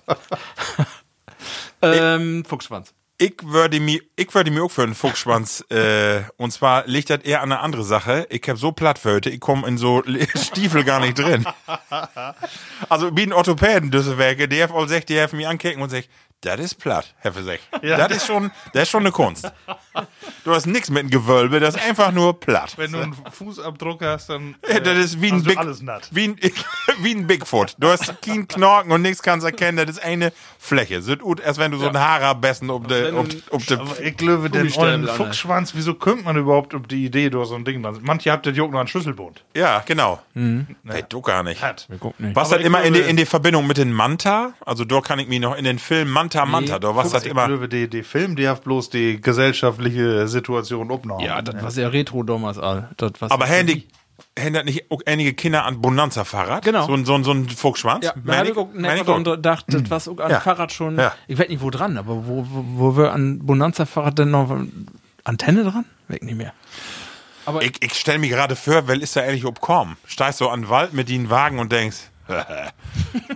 ähm, Fuchsschwanz.
Ich würde mir, ich würde mir auch für einen Fuchsschwanz, äh, und zwar liegt das eher an einer andere Sache. Ich hab so Plattföte, ich komme in so (laughs) Le- Stiefel gar nicht
(laughs)
drin. Also, wie ein Orthopäden, Düsselwerke, der hat all sagt, der hat mich ankicken und sagt, das ist platt, Herr Versech. Das ist schon, das ist schon eine
(laughs)
Kunst. Du hast nichts mit einem Gewölbe, das ist einfach nur platt.
Wenn du einen Fußabdruck hast, (laughs) dann
Ja, das ist wie ein,
hast du
Big,
also alles natt.
wie, ein, (laughs) wie ein Bigfoot. Du hast keinen Knorken und nichts kannst erkennen. Das ist eine Fläche. So gut, als wenn du so einen Haarabbessen
Also
um de, um, um de,
Aber ich glaube, den
Gummistempel
ollen
an,
Fuchsschwanz, wieso kommt man überhaupt um die Idee, du hast so ein Ding dran? Manche habt den Joke noch einen Schlüsselbund.
Ja, genau. Nee, du gar nicht.
Mhm. Hat.
Was
Aber
halt
ich
immer in die,
glaube-
in die Verbindung mit den Manta, also da kann ich mich noch in den Film Manta Manta, da was halt
ich
immer.
glaube, die, die Film, die hat bloß die gesellschaftliche Situation obnommen.
Ja, das war sehr retro damals all. Das war's
Aber Handy hindert nicht auch einige Kinder an Bonanza Fahrrad?
Genau.
So ein, so ein, so ein Fuchsschwanz?
Ja, da
Meine
hab
ich-
ich auch
meine
nicht
ich auch.
dran gedacht, das was auch an
Ja.
Fahrrad schon,
Ja.
ich weiß nicht wo dran, aber wo, wo, wo wir an Bonanza-Fahrrad denn noch Antenne dran? Weg nicht mehr.
Ich, ich stelle mich gerade vor, weil ist da eigentlich obkommen? Steigst so an den Wald mit den Wagen und denkst, (laughs)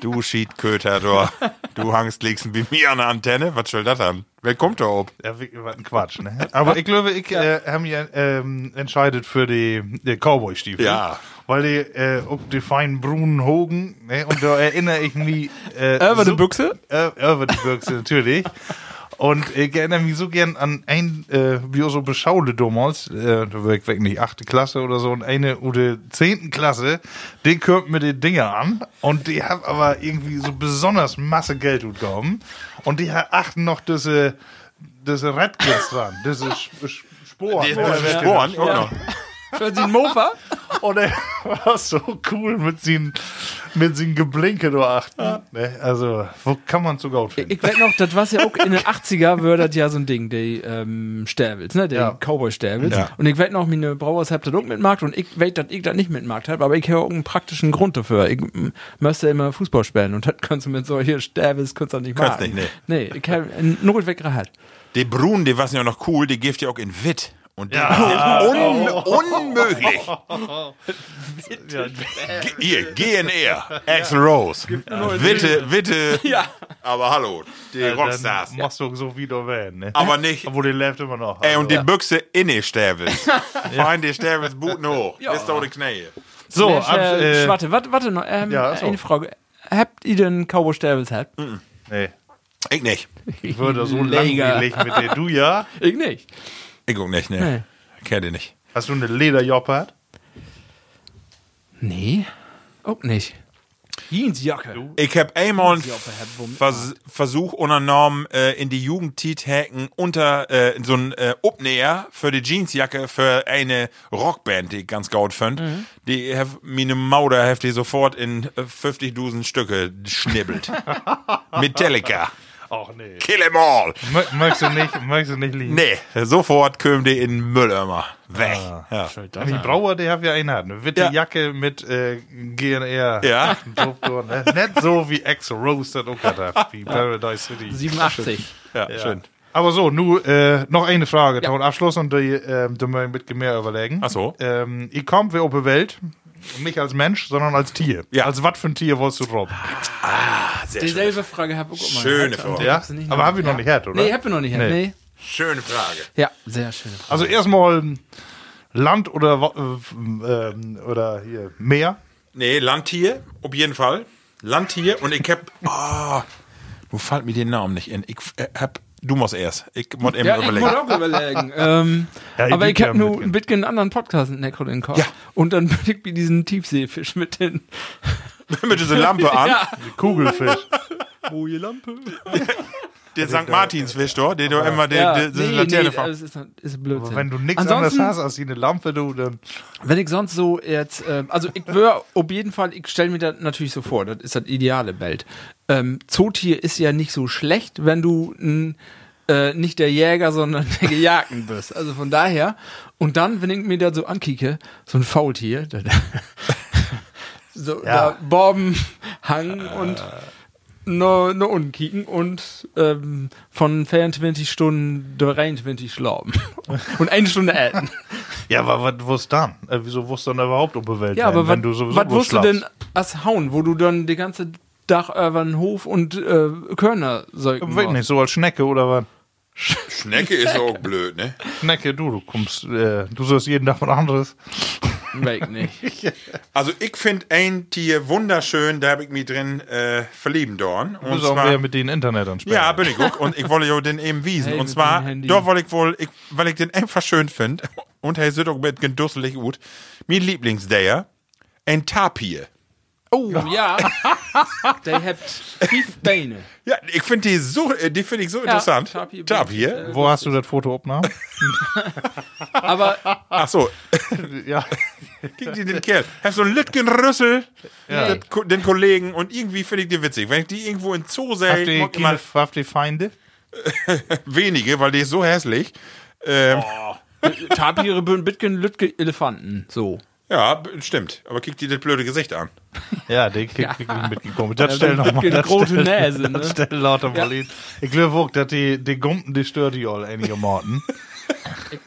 du Schiedköter, du, du hangst links wie mir an der Antenne, was soll das haben? Wer kommt da ob?
Ja, wirklich, was ein Quatsch, ne? Aber ich glaube, ich äh, habe mich ähm, entscheidet für die, die Cowboy-Stiefel.
Ja.
Weil die, äh, ob die feinen Brunen Hogen, ne? Und da erinnere ich mich. (laughs) Äh,
Über die
so-
Büchse?
Äh, Irwin Birkse, natürlich. Und ich erinnere mich so gern an ein äh, Bioso Beschaule damals, äh, da war ich weg nicht, achte Klasse oder so, und eine oder zehnten Klasse, den körpt mir die Dinger an und die haben aber irgendwie so besonders Masse Geld bekommen und die hat achten noch diese, diese Redkins dran, diese Sch- Sch- Sporen. Oder wer-
Sporen, auch noch.
Für den Mofa?
und er war so cool mit seinen, mit seinen Geblinke, du achten. Ne? Also, wo kann man zu gut finden?
Ich weiß noch, das war ja auch in den 80er, war das ja so ein Ding, die ähm, Stäbels, ne, der
Ja.
Cowboy-Stäbels.
Ja.
Und ich weiß noch, meine Brauers habt das auch mitmarkt und ich weiß, dass ich das nicht mitmarkt habe, aber ich habe auch einen praktischen Grund dafür. Ich m, müsste immer Fußball spielen und das kannst du mit solchen Stäbels kannst du nicht machen.
Kannst nicht,
nee. Nee, ich habe einen Notweg gehabt.
Die Brunen, die waren ja noch cool, die gibt ja auch in Witt. Und die sind un unmöglich. G- Hier, GNR, Axel Rose. Witte, Witte. Ja. Aber hallo, die Rockstars.
Äh, Dann machst du so wieder wählen, ne?
Aber nicht.
Obwohl, die läuft immer noch. Also,
Ey, und die Büchse in die Stäbels. Fein die Stäbels, Buten hoch. Ja. Ist doch die Knähe.
so,
Nee,
ab,
äh,
äh,
warte, warte, warte noch. Ähm,
Ja, achso.
eine Frage. Habt ihr denn Cowboy Stäbels gehabt?
nee,
Ich nicht.
ich würde (laughs) so
Leger.
langweilig mit dir. Du ja?
Ich nicht.
Ich guck nicht,
Nee.
ne. Ich Kenn die nicht.
Hast du eine Lederjoppe?
Nee, auch nicht. Jeansjacke.
Ich hab einmal einen
Sie auch verhebt, womit
Vers Versuch unternommen, äh, in die Jugendtit-Hacken unter äh, so ein äh, Upnäher für die Jeansjacke für eine Rockband, die ich ganz gut fand. Die hef, meine Mauder heft die sofort in äh, 50 Dusen Stücke schnibbelt. Metallica.
Ach nee.
Kill 'em all.
Mö- Möchtest du nicht, möchtest du nicht liegen?
Nee, sofort köm die in den Mülleimer. Weg. ja.
Die Brauer, die haben ja einen hat. Eine witte
Ja.
Jacke mit äh, GNR.
Ja.
Druck dran, ne? Nicht so wie Axel Rose das auch hat, wie Paradise City.
87.
Ja,
Ja.
schön.
Aber so, nu, äh, noch eine Frage, ja. Abschluss und die, ähm, da mögen wir mit mehr überlegen.
Ach so.
Ähm, ich komme, wir auf die Welt Und nicht als Mensch, sondern als Tier.
Ja.
Als was für ein Tier wolltest du drauf?
Ah,
Sehr schön.
Dieselbe Frage habe ich auch mal.
Schöne
gehabt, und
Frage.
ich
Ja?
hab sie nicht
Aber
mehr-
haben wir noch nicht gehört, oder?
Nee, haben wir noch nicht. Nee.
Nee.
nee.
Schöne Frage.
Ja, sehr schön.
Also erstmal Land oder, wa- äh, ähm, oder hier Meer.
Nee, Landtier, auf jeden Fall. Landtier und ich hab. Oh, wo fällt mir den Namen nicht in? Ich äh, hab. Du musst erst. Ich muss eben
Ja, ich muss
überlegen.
auch überlegen. ähm,
Ja, ich
aber ich
lieb
habe
ja
nur
Bitgen.
ein bisschen einen anderen Podcast in Necro den Kopf.
Ja.
Und dann bin ich wie diesen Tiefseefisch mit den.
Mit dieser
(laughs)
Lampe an.
Kugelfisch.
Moje Lampe.
Der St. Martinsfisch, doch. Der doch immer der,
Ja,
Äh,
der, der
nee,
Laterne
nee, also-
nee,
das ist, ist Blödsinn.
Wenn du nichts anderes
Ansonsten,
hast als eine Lampe, du, dann
Wenn ich sonst so jetzt, ähm, also ich würde auf jeden Fall, ich stelle mir das natürlich so vor, das ist das ideale Bild. Ähm, Zootier ist ja nicht so schlecht, wenn du n, äh, nicht der Jäger, sondern der Gejagten bist. Also von daher, und dann, wenn ich mir das so ankicke, so ein Faultier, (laughs) das, so
Ja.
da Borben, Hang und nur, nur unten kicken und ähm, von 24 Stunden 23 schlafen und eine Stunde essen.
Ja, aber was wusst dann? Äh, wieso wusst dann überhaupt unbewältigt?
Ja, aber
wenn
wat-
du sowieso
wat
bloß
wusst du
schlafst?
denn als Hauen, wo du dann die ganze Dach über den Hof und äh, Körner säugen
Äh, Weiß nicht, so als Schnecke oder was?
Schnecke ist auch blöd, ne?
Schnecke, du, du kommst, äh, du sollst jeden Tag was anderes.
Weg
(laughs)
nicht.
Also ich finde ein Tier wunderschön, da habe ich mich drin äh, verlieben dorn.
Du
Und
musst auch mehr
zwar,
mit denen Internet ansprechen.
ja, bin ich auch. Und ich wollte ja den eben wiesen.
Hey,
und
mit dem
zwar,
Handy.
da wollte ich wohl, ich, weil ich den einfach schön finde. Und hey, sieht auch mit gedusselig gut. Mein Lieblingsdayer, ein Tapir.
Oh ja. (laughs) Der hat fünf Beine.
Ja, ich finde die so, äh, die finde ich so interessant.
Tapir.
Tapir.
Wo hast du das
(laughs)
Foto aufgenommen?
Aber
Ach so, (laughs)
ja.
Kick dir den Kerl. Hast so einen Lütgen Rüssel,
Ja.
den, Ko- den Kollegen, und irgendwie finde ich die witzig. Wenn ich die irgendwo in Zoo
Habt
sehe,
ihr
ich mag immer
keine- habt ihr Feinde?
wenige, weil die ist so hässlich. Ähm,
Oh.
Tapire, Bön, Bitgen, Lütke, Elefanten. So.
Ja, b- stimmt. Aber kick dir das blöde Gesicht an.
Ja, den krieg ich mitgekommen. Das stell noch mal.
Bitgen,
Das
große
stell,
Nase, ne?
das stell lauter mal hin. Ich glaube auch, dass die, die Gumpen, die stört die all einige Morten.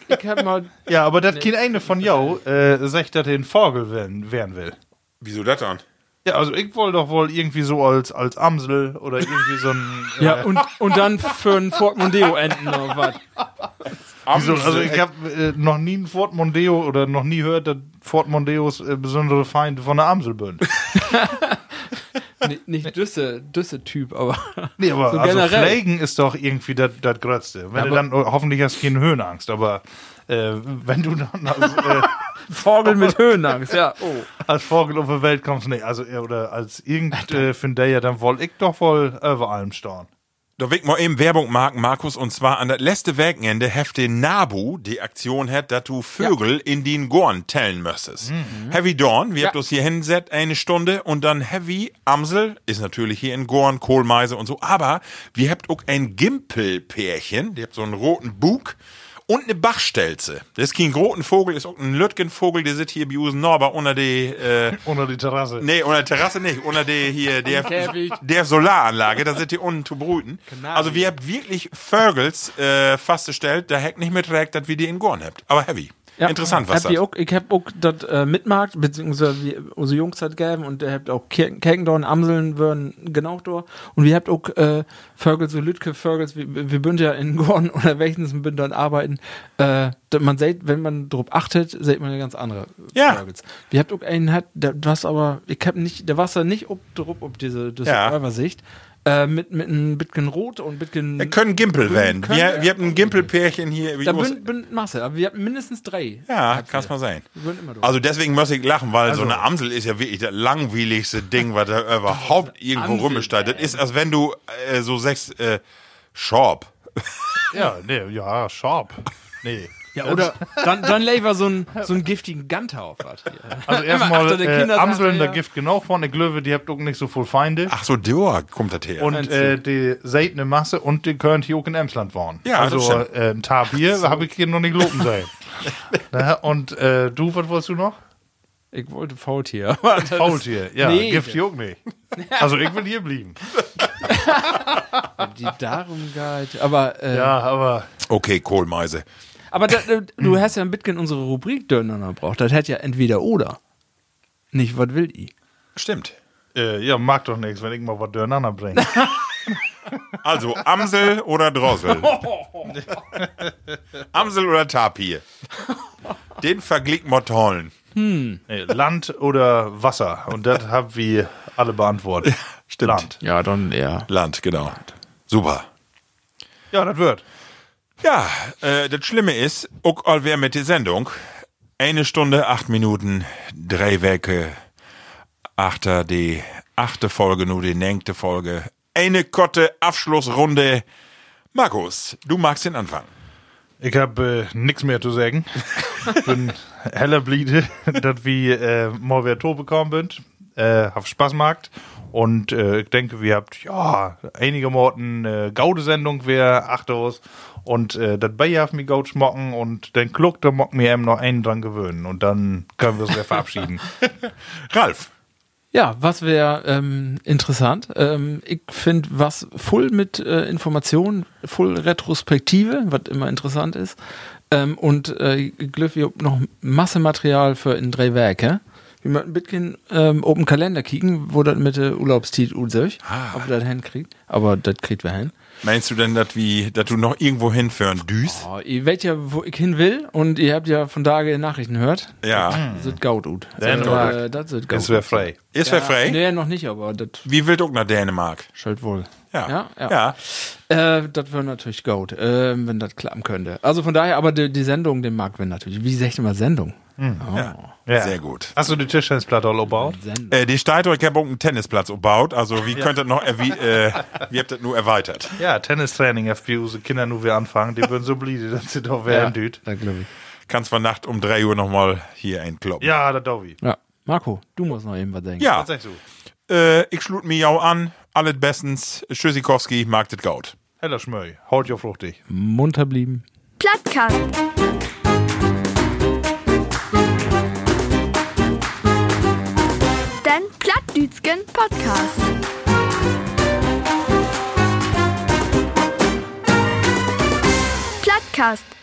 Ich hab mal.
ja, aber das Kind eine von jou, äh, sagt, dass er den Vogel werden, werden will.
Wieso das an?
Ja, also ich wollte doch wohl irgendwie so als, als Amsel oder irgendwie so ein.
(laughs)
äh,
Ja, und, und dann für einen Ford Mondeo enden oder was?
Wieso? Also ich habe äh, noch nie einen Ford Mondeo oder noch nie gehört, dass Ford Mondeos äh, besondere Feinde von der Amsel sind.
Nee, nicht Düsse, Düsse-Typ, aber. (laughs)
Nee, aber
So
also
generell.
Flagen ist doch irgendwie das das Grötzte. Wenn du dann oh, hoffentlich hast du keine Höhenangst, aber äh, wenn du dann
(laughs)
als, äh,
Vogel mit Höhenangst, ja. Oh.
als Vogel auf die Welt kommst, nee, also äh, oder als irgend äh, von der ja, dann wollte ich doch wohl über allem staunen.
Da will ich mal eben Werbung machen, Markus, und zwar an das letzte Wochenende heft den Nabu die Aktion hat, dass du Vögel in den Gorn tellen müsstest. Heavy Dawn, wir habt uns hier hinsetzt eine Stunde und dann Heavy Amsel ist natürlich hier in Gorn, Kohlmeise und so, aber wir habt auch ein Gimpelpärchen, die habt so einen roten Bug und eine Bachstelze. Das ist kein roten Vogel, ist auch ein Lütgenvogel, der sitzt hier bei Usen Norber unter die, äh,
Unter die Terrasse.
Nee, unter der Terrasse nicht, unter der hier, der,
Teppich.
der Solaranlage, da sind die unten zu brüten.
Genau.
Also wir habt wirklich Vögels äh, festgestellt, da hackt nicht mitträgt, dass wir die in Gorn habt. Aber heavy. Interessant, was
habt ihr
das.
auch, Ich hab auch das äh, mitmarkt, beziehungsweise wir, unsere Jungs hat gegeben und ihr habt auch Ker- Kerkendorn, Amseln, Wörn, genau da. Und wir habt auch äh, Vögel, so Lütke Vögels, wir, wir bünd ja in Gorn (laughs) oder welchens in Bündern arbeiten. Äh, da- man seht, wenn man drauf achtet, seht man eine ganz andere
Ja.
Vögels. Wir habt auch einen, hat, der was aber, ich hab nicht, der Wasser nicht ob, drauf, ob diese, das
Ja.
Übersicht. Äh, mit, mit ein bisschen Rot und ein bisschen.
Wir können Gimpel werden.
können
Wir,
wir-
wir haben ein Gimpelpärchen hier. wie
Da
groß-
bünd, bünd Masse, aber wir haben mindestens drei.
ja, kann's mal sein.
Wir bünd immer drauf.
Also deswegen muss ich lachen, weil
Also-
so eine Amsel ist ja wirklich das langweiligste Ding, was
(laughs)
da überhaupt irgendwo
Amsel,
rumsteht. Das ist, als wenn du äh, so sechs äh, Schorb.
Ja, nee, ja, sharp. Nee.
Ja, oder dann, dann lever so einen so einen giftigen Ganter auf. was hier. (laughs)
Also
Immer achter
erstmal
der
äh,
Kinder,
Amseln,
sagt
da
er, ja.
Gift genau vorne, Glöwe, die habt auch nicht so viel Feinde.
Ach so, da kommt das her.
Und äh, die seltene Masse und die können hier auch in Emsland waren.
Ja, das
also
stimmt.
äh, ein Tapir habe ich hier noch nicht loben sein.
(laughs)
Na, und äh, du, was wolltest du noch?
Ich wollte Faultier. (laughs) aber das-
Faultier. Ja,
Nee.
Gift hier
(laughs)
auch nicht. Also ich will hier blieben.
(laughs) Die darum galt. Aber, äh,
Ja, aber
okay, Kohlmeise.
aber da, du hast ja ein bisschen unsere Rubrik Dönner braucht. Das hätte ja entweder oder. nicht, was will i?
Stimmt.
Äh, ja, mag doch nichts, wenn ich mal was
(laughs)
durcheinander bringe.
Also Amsel oder Drossel? Amsel oder Tapir? Den verglick Mortollen.
nee, Land oder Wasser? Und das haben wir alle beantwortet.
Stimmt.
Land.
Ja, dann eher.
Land, genau. Super.
Ja, das wird.
Ja, äh, das Schlimme ist, auch all wer mit der Sendung, eine Stunde, acht Minuten, drei Wecke, achter die achte Folge, nur die nächste Folge, eine kotte Abschlussrunde. Markus, du magst den Anfang.
Ich habe äh, nichts mehr zu sagen. Ich bin heller bliede, dass wir äh, mal wieder Tor bekommen sind. Äh, hab Spaß gemacht. Und äh, ich denke, wir habt ja einige Morten äh, Gaude-Sendung, wir achtos. Und äh, das Bayer hat mir Gaud schmocken und den Kluck, da mock mir eben noch einen dran gewöhnen. Und dann können wir uns wieder verabschieden.
Ralf,
Ja, was wäre ähm, interessant? Ähm, ich finde was voll mit äh, Informationen, voll Retrospektive, was immer interessant ist. Ähm, und äh, ich glaub, wir haben noch Masse Material für in drei Werke. Wir möchten ein bisschen ähm, auf den Kalender kicken, wo das mit der Urlaubstit und solch, ob wir das hinkriegt. Aber das kriegt wir hin.
meinst du denn, dass wie, dass du noch irgendwo hinführen düst?
Oh, ihr wisst ja, wo ich hin will und ihr habt ja von Tage Nachrichten gehört.
Ja.
Das ist Mhm. gaut gut.
Sehr gut.
äh, das ist gaut
Das wäre frei.
Ist wer frei?
Nee, noch nicht, aber das
Wie will auch nach Dänemark?
schalt wohl.
Ja.
ja. Äh, das wäre natürlich gut, äh, wenn das klappen könnte. Also von daher, aber die, die Sendung, den mag wir natürlich. Wie sagt immer Sendung? Oh,
Hm, ja.
Ja.
Sehr gut.
Hast du die Tischtennisplatte all gebaut?
Sendung.
Äh, die Stadion, ich habe auch einen Tennisplatz gebaut, also wie könnt ihr noch, äh, wie, äh, wie habt ihr das nur erweitert?
Ja, Tennistraining, FPU, unsere Kinder nur wieder anfangen. Die würden so blieben, dass sie doch
ja,
werden düt.
da glaube ich.
Kannst von Nacht um 3 Uhr nochmal hier einkloppen.
Ja, das darf ich.
Ja. Marco, du musst noch eben was denken.
Ja,
Was sagst du?
äh, ich schlut mir jau an, alles bestens, Tschüssikowski, mag das Gaut.
Heller Schmöi, haut ja fruchtig.
Munter blieben.
Plattkast. Den Plattdütschen Podcast. Plattkast.